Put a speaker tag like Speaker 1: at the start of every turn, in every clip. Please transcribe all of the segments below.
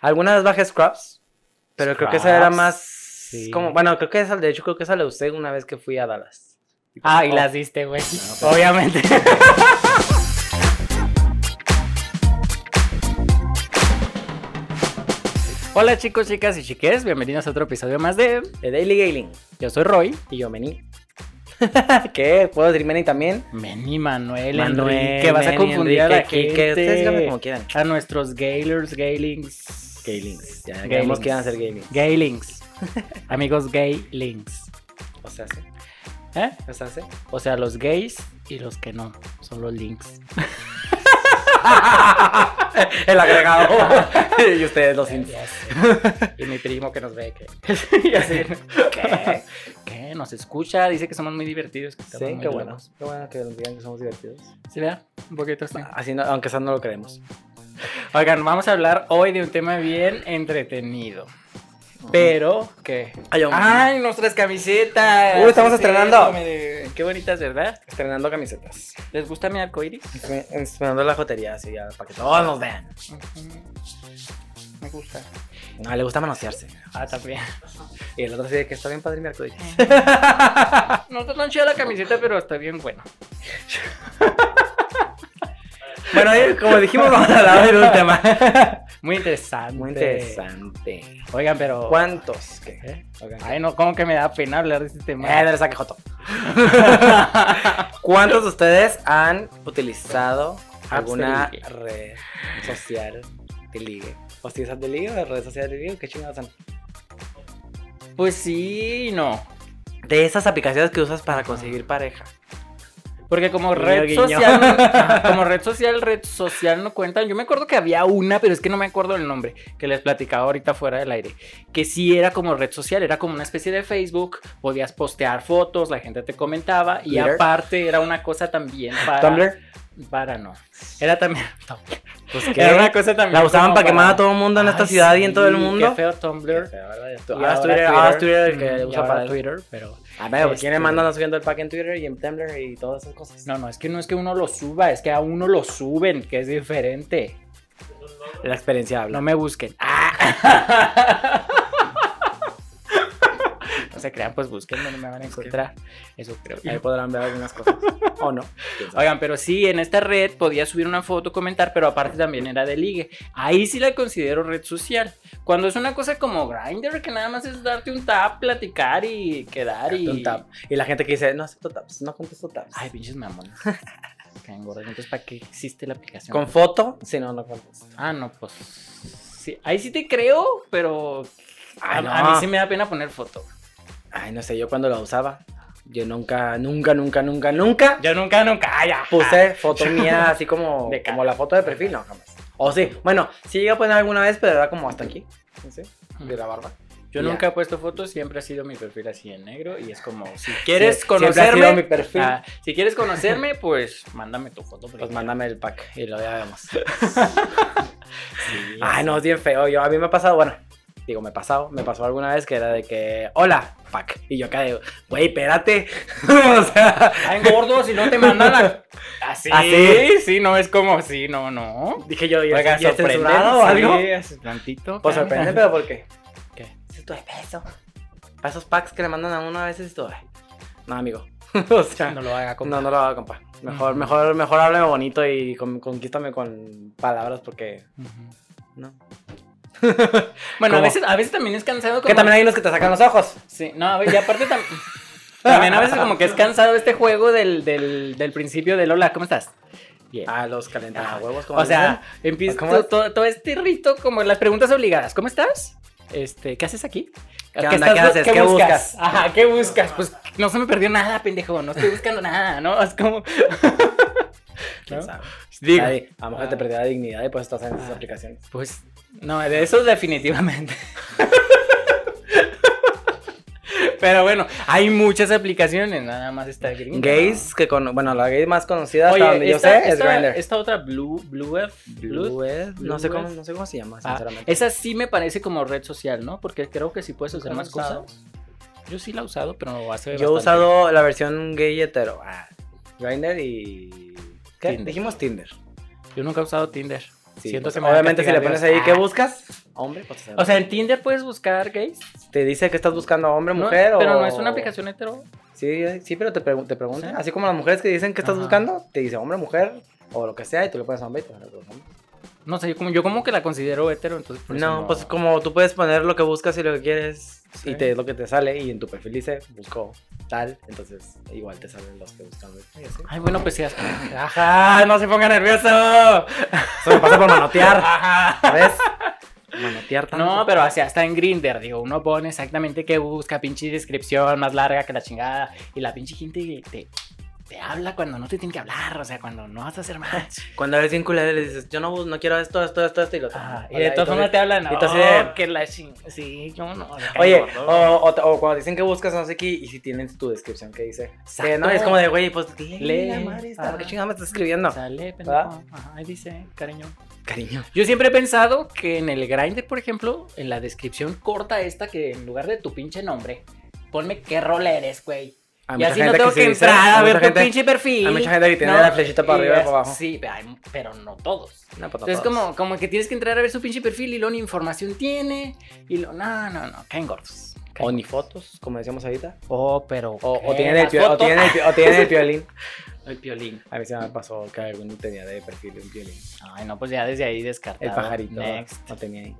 Speaker 1: Alguna vez bajé Scraps, pero creo que esa era
Speaker 2: Scrubs,
Speaker 1: más
Speaker 2: sí.
Speaker 1: como, bueno, creo que esa, de hecho creo que esa la usé una vez que fui a Dallas.
Speaker 2: Ah, y
Speaker 1: Oh.
Speaker 2: las diste, güey.
Speaker 1: pero-
Speaker 2: Obviamente. Hola chicos, chicas y chiques, bienvenidos a otro episodio más de
Speaker 1: De Daily Galing.
Speaker 2: Yo soy Roy,
Speaker 1: Y yo, Meni. ¿Qué? ¿Puedo decir Meni también?
Speaker 2: Meni Manuel,
Speaker 1: Manuel,
Speaker 2: que vas a
Speaker 1: Meni,
Speaker 2: confundir a la
Speaker 1: Enrique, Quique,
Speaker 2: gente,
Speaker 1: ustedes díganme como quieran.
Speaker 2: a nuestros Gaylors, Gaylings,
Speaker 1: Gaylings. Ya
Speaker 2: Gaylings.
Speaker 1: creemos que iban a ser Gaylings.
Speaker 2: Gaylings, amigos Gaylings,
Speaker 1: O sea, sí.
Speaker 2: ¿eh?
Speaker 1: O sea, sí.
Speaker 2: O sea, los gays y los que no, son los links.
Speaker 1: El agregado. y ustedes los ins.
Speaker 2: Ya sé. Y mi primo que nos ve que
Speaker 1: Y así. ¿Qué?
Speaker 2: que nos escucha, dice que somos muy divertidos, que estamos
Speaker 1: Sí,
Speaker 2: muy
Speaker 1: qué bueno.
Speaker 2: locos.
Speaker 1: Qué bueno que nos digan que somos divertidos.
Speaker 2: Sí, vea, un poquito así.
Speaker 1: Así, Ah, no, aunque sea no lo creemos.
Speaker 2: Oigan, vamos a hablar hoy de un tema bien entretenido. Pero que
Speaker 1: Ay, hombre.
Speaker 2: Ay, nuestras camisetas.
Speaker 1: Uy, estamos
Speaker 2: Sí,
Speaker 1: estrenando.
Speaker 2: mire, Qué bonitas, ¿verdad?
Speaker 1: Estrenando camisetas.
Speaker 2: ¿Les gusta mi arcoíris?
Speaker 1: Estre- Estrenando la jotería, así, ya, para que todos nos vean.
Speaker 2: Me gusta.
Speaker 1: No, le gusta manosearse.
Speaker 2: Ah, también.
Speaker 1: Y el otro sí, de que está bien padre mi arcoíris.
Speaker 2: No está tan chida la camiseta, pero está bien bueno.
Speaker 1: Bueno, eh, como dijimos, vamos a hablar de un tema.
Speaker 2: Muy interesante.
Speaker 1: Muy interesante.
Speaker 2: Oigan, pero.
Speaker 1: ¿Cuántos? Oh. Ah, ¿Qué?
Speaker 2: ¿Eh?
Speaker 1: Oigan,
Speaker 2: Ay, no, como que me da pena hablar de este tema.
Speaker 1: Eh, dale saque joto. ¿Cuántos de ustedes han utilizado alguna
Speaker 2: de ligue.
Speaker 1: red social de ligue? ¿O si esas de ligue o de redes sociales de ligue? ¿Qué chingados son?
Speaker 2: Pues sí, no.
Speaker 1: De esas aplicaciones que usas para conseguir pareja.
Speaker 2: Porque como
Speaker 1: Guiño,
Speaker 2: red
Speaker 1: guiño.
Speaker 2: social, ajá, como red social, red social no cuentan. Yo me acuerdo que había una, pero es que no me acuerdo el nombre, que les platicaba ahorita fuera del aire, que sí era como red social, era como una especie de Facebook, podías postear fotos, la gente te comentaba y
Speaker 1: Twitter.
Speaker 2: aparte era una cosa también para
Speaker 1: ¿Tumblr?
Speaker 2: para no. Era también
Speaker 1: Pues
Speaker 2: era
Speaker 1: que
Speaker 2: una cosa también
Speaker 1: la usaban
Speaker 2: como
Speaker 1: para quemar a todo el mundo en esta
Speaker 2: Ay,
Speaker 1: ciudad y en todo el
Speaker 2: sí,
Speaker 1: mundo.
Speaker 2: Qué feo Tumblr.
Speaker 1: Y ahora es Twitter, ahora es Twitter el que
Speaker 2: Mm, y
Speaker 1: usa
Speaker 2: ahora
Speaker 1: para Twitter.
Speaker 2: Twitter, pero
Speaker 1: A ver, pues
Speaker 2: Este-
Speaker 1: ¿quiénes mandan subiendo el pack en Twitter y en Tumblr y todas esas cosas?
Speaker 2: no, no, es que no es que uno lo suba, es que a uno lo suben, que es diferente.
Speaker 1: La experiencia
Speaker 2: No
Speaker 1: habla.
Speaker 2: me busquen. Ah. no se crean, pues busquen, no me van a encontrar. Eso creo.
Speaker 1: Ahí podrán ver algunas cosas. o no. quién sabe.
Speaker 2: Oigan, pero sí, en esta red podía subir una foto, comentar, pero aparte también era de ligue. Ahí sí la considero red social. Cuando es una cosa como Grindr, que nada más es darte un tap, platicar y quedar y...
Speaker 1: Un tap. Y la gente que dice, no acepto taps, no contesto taps.
Speaker 2: Ay, pinches mamones. Caen gordos. Entonces, ¿para qué existe la aplicación?
Speaker 1: ¿Con foto? Sí, no, no contesto.
Speaker 2: Ah, no, pues... Sí, ahí sí te creo, pero...
Speaker 1: Ay,
Speaker 2: a,
Speaker 1: Ah, no.
Speaker 2: a mí sí me da pena poner foto.
Speaker 1: Ay, no sé, yo cuando la usaba, yo nunca, nunca, nunca, nunca, nunca
Speaker 2: Yo nunca, nunca, ay, ya.
Speaker 1: puse foto mía así como,
Speaker 2: De cara.
Speaker 1: como la foto de perfil, no, jamás. O sí, bueno, sí llegué a poner alguna vez, pero era como hasta aquí, no sé, de la barba.
Speaker 2: Yo
Speaker 1: Ya.
Speaker 2: nunca he puesto fotos, siempre ha sido mi perfil así en negro y es como, si quieres
Speaker 1: siempre ha sido mi
Speaker 2: conocerme,
Speaker 1: perfil.
Speaker 2: ah, si quieres conocerme, pues mándame tu foto.
Speaker 1: Pues
Speaker 2: primero.
Speaker 1: mándame el pack y lo ya vemos.
Speaker 2: Sí,
Speaker 1: Ay, Ah, no, es bien feo. Yo, a mí me ha pasado, bueno, digo, me ha pasado, me pasó alguna vez que era de que, hola, pack. Y yo acá de, güey, espérate. o sea,
Speaker 2: Ay, gordo, si no te mandan la... así,
Speaker 1: Ah, Así.
Speaker 2: sí, no es como, sí, no, no.
Speaker 1: dije yo, ¿y
Speaker 2: Oiga,
Speaker 1: es- y es
Speaker 2: sorprende,
Speaker 1: censurado o
Speaker 2: sí,
Speaker 1: algo?
Speaker 2: es tantito.
Speaker 1: Pues sorprende, pero ¿por qué?
Speaker 2: ¿Qué?
Speaker 1: Es tu de peso. Para esos packs que le mandan a uno a veces, tú, ay, no, amigo. o sea,
Speaker 2: No lo haga como...
Speaker 1: no, no lo hago, compa. Mejor, mejor, mejor háblame bonito y con- conquístame con palabras porque,
Speaker 2: Ujú.
Speaker 1: no.
Speaker 2: Bueno, a
Speaker 1: ¿Cómo?
Speaker 2: veces, a veces también es cansado como...
Speaker 1: Que también hay unos que te sacan los ojos.
Speaker 2: Sí, no, a ver, y aparte tam- también a veces como que es cansado este juego del, del, del principio del hola, ¿cómo estás? Bien.
Speaker 1: Ah, los calentahuevos. como
Speaker 2: O sea,
Speaker 1: dicen.
Speaker 2: empieza
Speaker 1: ¿Cómo
Speaker 2: to-
Speaker 1: es?
Speaker 2: todo, todo este rito como las preguntas obligadas. ¿Cómo estás? Este, ¿qué haces aquí?
Speaker 1: ¿Qué onda? ¿Qué haces? ¿Qué buscas?
Speaker 2: Ajá, ¿qué buscas? Pues no se me perdió nada, pendejo. No estoy buscando nada, ¿no? Es como.
Speaker 1: ¿quién
Speaker 2: ¿no?
Speaker 1: sabe?
Speaker 2: Digo,
Speaker 1: Nadie- a lo mejor
Speaker 2: Ah.
Speaker 1: te perdió la dignidad y pues estás en esas aplicaciones.
Speaker 2: pues no, de eso definitivamente. Pero bueno, hay muchas aplicaciones, nada más está Grindr.
Speaker 1: Gays, que con, bueno, la gay más conocida
Speaker 2: Oye,
Speaker 1: hasta donde
Speaker 2: esta,
Speaker 1: yo sé
Speaker 2: esta-
Speaker 1: es Grindr.
Speaker 2: esta otra Blue, Blue F, Blue,
Speaker 1: Blue Ed, no,
Speaker 2: Blue
Speaker 1: sé cómo,
Speaker 2: Ed.
Speaker 1: no sé cómo se llama,
Speaker 2: Ah,
Speaker 1: sinceramente.
Speaker 2: esa sí me parece como red social, ¿no? Porque creo que sí puedes hacer
Speaker 1: ¿Nunca
Speaker 2: más
Speaker 1: la has usado?
Speaker 2: cosas. Yo sí la he usado, pero hace
Speaker 1: Yo he
Speaker 2: bastante.
Speaker 1: usado la versión gay hetero. Ah, Grindr y. ¿Qué?
Speaker 2: Tinder.
Speaker 1: Dijimos Tinder.
Speaker 2: Yo nunca he usado Tinder.
Speaker 1: Sí,
Speaker 2: Siento
Speaker 1: pues,
Speaker 2: que me va a
Speaker 1: obviamente si le
Speaker 2: castigar
Speaker 1: pones
Speaker 2: Dios.
Speaker 1: ahí, ¿qué
Speaker 2: Ah.
Speaker 1: buscas? Hombre, pues,
Speaker 2: O sea, en Tinder puedes buscar gays.
Speaker 1: te dice que estás buscando hombre,
Speaker 2: ¿no?
Speaker 1: mujer o...
Speaker 2: Pero no es una aplicación hetero.
Speaker 1: Sí, eh, sí, pero te, pregun- te pregunta.
Speaker 2: Sí.
Speaker 1: Así como las mujeres que dicen que estás
Speaker 2: Ajá.
Speaker 1: buscando, te dice hombre, mujer o lo que sea y tú le pones hombre y te sale hombre.
Speaker 2: No sé, yo como, yo como que la considero hetero, entonces por eso
Speaker 1: No, pues como tú puedes poner lo que buscas y lo que quieres
Speaker 2: Sí.
Speaker 1: y te es lo que te sale y en tu perfil dice busco tal, entonces igual te salen los que buscan. y así.
Speaker 2: Ay, bueno, pues sí. as-
Speaker 1: Ajá, no se ponga nervioso. Se me pasa por manotear,
Speaker 2: Ajá.
Speaker 1: ¿ves? Manotear tanto.
Speaker 2: No, pero así hasta en Grinder, digo, uno pone exactamente qué busca, pinche descripción más larga que la chingada. Y la pinche gente te, te habla cuando no te tiene que hablar, o sea, cuando no vas a hacer más.
Speaker 1: Cuando eres bien culero le dices, yo no, bus- no quiero esto, esto, esto, esto y lo otro.
Speaker 2: Ah, y
Speaker 1: Hola,
Speaker 2: de todas formas
Speaker 1: entonces-
Speaker 2: te hablan,
Speaker 1: y entonces- eh,
Speaker 2: "Oh, que la chingada. Sí, yo no. me cae
Speaker 1: Oye,
Speaker 2: gordo".
Speaker 1: o, o- o cuando dicen que buscas no sé qué y si tienen tu descripción que dice.
Speaker 2: Exacto.
Speaker 1: Que no, es como de, güey, pues lee,
Speaker 2: Lee,
Speaker 1: la madre esta,
Speaker 2: ajá.
Speaker 1: ¿qué chingada me estás escribiendo?
Speaker 2: Sale,
Speaker 1: ¿verdad?
Speaker 2: pendejo. Ajá, ahí dice, cariño.
Speaker 1: Cariño.
Speaker 2: Yo siempre he pensado que en el grinder, por ejemplo, en la descripción corta esta que en lugar de tu pinche nombre, ponme qué rol eres, güey.
Speaker 1: Hay
Speaker 2: Y
Speaker 1: mucha
Speaker 2: así no
Speaker 1: gente
Speaker 2: tengo
Speaker 1: se
Speaker 2: que
Speaker 1: dice- "Ah,
Speaker 2: entrar a
Speaker 1: hay
Speaker 2: ver tu
Speaker 1: mucha gente-
Speaker 2: pinche perfil.
Speaker 1: Hay mucha gente que tiene
Speaker 2: No,
Speaker 1: la flechita para
Speaker 2: y
Speaker 1: arriba y para
Speaker 2: es-
Speaker 1: abajo.
Speaker 2: Sí, pero hay- pero no todos.
Speaker 1: No, pues no
Speaker 2: Entonces,
Speaker 1: todos.
Speaker 2: como, como que tienes que entrar a ver su pinche perfil y lo ni información tiene. Y lo, no, no, no, caen gordos. caen
Speaker 1: O ni
Speaker 2: gordos.
Speaker 1: fotos, como decíamos ahorita.
Speaker 2: Oh, pero.
Speaker 1: O, o
Speaker 2: ¿qué?
Speaker 1: tienen el
Speaker 2: Las
Speaker 1: pio- o
Speaker 2: fotos-
Speaker 1: tienen el pi- o tienen el violín.
Speaker 2: El piolín.
Speaker 1: A mí se me pasó que alguno tenía de perfil un violín.
Speaker 2: Ay, no, pues ya desde ahí descartado.
Speaker 1: El pajarito.
Speaker 2: Next.
Speaker 1: No tenía ahí.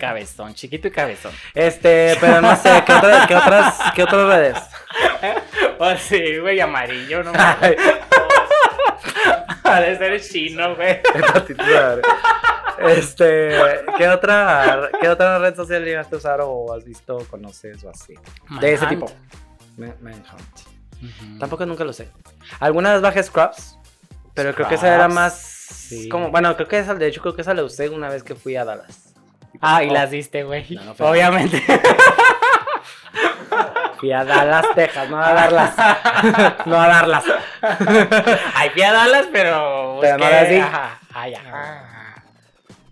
Speaker 2: Cabezón, chiquito y cabezón.
Speaker 1: Este, pero no sé, ¿qué, otra- qué otras, qué otras redes?
Speaker 2: Oh, sí, güey, amarillo, no mames. Ha de ser chino, güey.
Speaker 1: Hepatitis madre. Este, ¿qué otra, ¿qué otra red social llegaste a usar o has visto, conoces o así? De ese tipo. Ma- Manhunt. Tampoco nunca lo sé. Alguna vez bajé Scrubs, pero creo que esa era
Speaker 2: Scrubs,
Speaker 1: más
Speaker 2: sí.
Speaker 1: como, bueno, creo que esa, de hecho creo que esa la usé una vez que fui a Dallas.
Speaker 2: Ah, y
Speaker 1: Oh,
Speaker 2: las diste, güey.
Speaker 1: No, no, pero-
Speaker 2: Obviamente.
Speaker 1: Fui a Dallas, Texas, no a darlas. no a darlas.
Speaker 2: Ay, fui a Dallas, pero.
Speaker 1: Pero no
Speaker 2: busqué-
Speaker 1: las di. Ah.
Speaker 2: Ajá. Ay, ajá.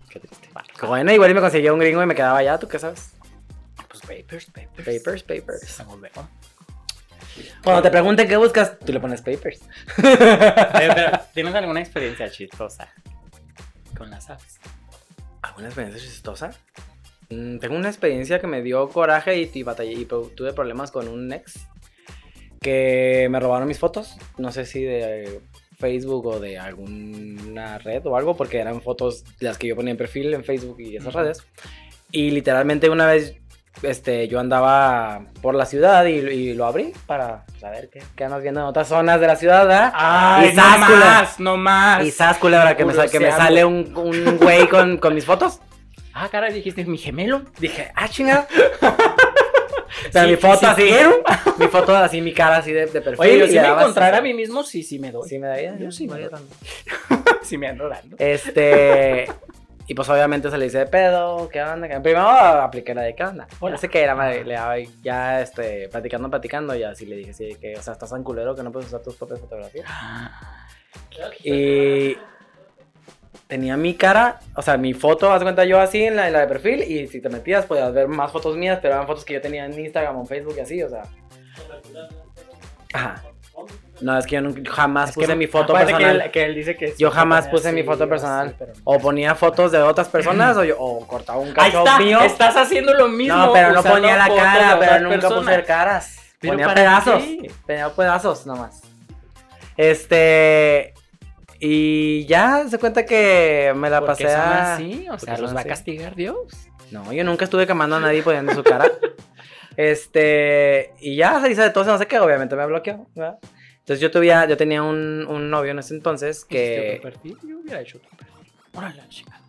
Speaker 1: Qué triste. Bueno, igual y me conseguía un gringo y me quedaba allá, ¿tú qué sabes?
Speaker 2: Pues papers, papers.
Speaker 1: Papers, papers.
Speaker 2: Se volvió.
Speaker 1: Cuando te pregunten qué buscas, tú le pones papers.
Speaker 2: Oye, pero, ¿tienes alguna experiencia chistosa con las apps?
Speaker 1: ¿Alguna experiencia chistosa? Mm, tengo una experiencia que me dio coraje y, y batallé- y pro- tuve problemas con un ex que me robaron mis fotos. No sé si de Facebook o de alguna red o algo, porque eran fotos las que yo ponía en perfil en Facebook y esas
Speaker 2: Ujú.
Speaker 1: redes. Y literalmente una vez este, yo andaba por la ciudad y, y lo abrí para saber qué, qué andas viendo en otras zonas de la ciudad. ¿verdad?
Speaker 2: Ay,
Speaker 1: no más,
Speaker 2: no más.
Speaker 1: Y sas, culebra, que me, sa- que me
Speaker 2: Curoseando.
Speaker 1: sale un, un güey con, con mis fotos.
Speaker 2: Ah, cara, dijiste mi gemelo.
Speaker 1: Dije, ah, chingada. o sea,
Speaker 2: Sí,
Speaker 1: mi foto
Speaker 2: sí
Speaker 1: así.
Speaker 2: quiero.
Speaker 1: mi foto así, mi cara así de, de perfil.
Speaker 2: Oye, yo
Speaker 1: y
Speaker 2: si me
Speaker 1: daba así.
Speaker 2: encontrara a mí mismo, sí, sí me doy.
Speaker 1: Sí, me ¿eh? daría.
Speaker 2: Yo sí me daría.
Speaker 1: también.
Speaker 2: Sí me ando dando.
Speaker 1: Este. Y pues obviamente se le dice de pedo, ¿qué onda? ¿Qué- Primero apliqué la de qué onda.
Speaker 2: Hola.
Speaker 1: Hola. Sé que era madre, le daba y ya este, platicando, platicando, y así le dije, sí, que, o sea, estás tan culero que no puedes usar tus propias fotografías. Y tenía mi cara, o sea, mi foto, haz cuenta yo así en la, en la de perfil, y si te metías podías ver más fotos mías, pero eran fotos que yo tenía en Instagram o en Facebook y así, o sea. Ajá. No, es que yo nunca, jamás puse mi foto
Speaker 2: acuérdate que
Speaker 1: personal.
Speaker 2: él- Que él, dice que
Speaker 1: Yo
Speaker 2: sí,
Speaker 1: jamás
Speaker 2: pone
Speaker 1: puse mi
Speaker 2: así,
Speaker 1: foto
Speaker 2: así,
Speaker 1: personal.
Speaker 2: pero no.
Speaker 1: O ponía fotos de otras personas o, yo, o cortaba un
Speaker 2: Ahí
Speaker 1: cacho
Speaker 2: está,
Speaker 1: mío.
Speaker 2: estás haciendo lo mismo.
Speaker 1: no, pero no
Speaker 2: usando
Speaker 1: ponía la
Speaker 2: fotos de
Speaker 1: cara,
Speaker 2: otras
Speaker 1: pero nunca puse
Speaker 2: personas.
Speaker 1: caras.
Speaker 2: ¿Pero
Speaker 1: ponía
Speaker 2: para
Speaker 1: pedazos.
Speaker 2: qué?
Speaker 1: Ponía pedazos nomás. Este. Y ya se cuenta que me la
Speaker 2: ¿Por qué
Speaker 1: pasé
Speaker 2: son
Speaker 1: a-
Speaker 2: así? O sea,
Speaker 1: porque
Speaker 2: ¿los
Speaker 1: son
Speaker 2: va a
Speaker 1: así.
Speaker 2: castigar Dios?
Speaker 1: No, yo nunca estuve quemando a nadie poniendo su cara. Este, y ya se hizo de todo, no sé qué, obviamente me bloqueó, ¿verdad? Entonces yo tuve, yo tenía un, un novio en ese entonces
Speaker 2: Hiciste
Speaker 1: que
Speaker 2: otro perfil, Yo hubiera hecho tu perfil. Órale, la chingada.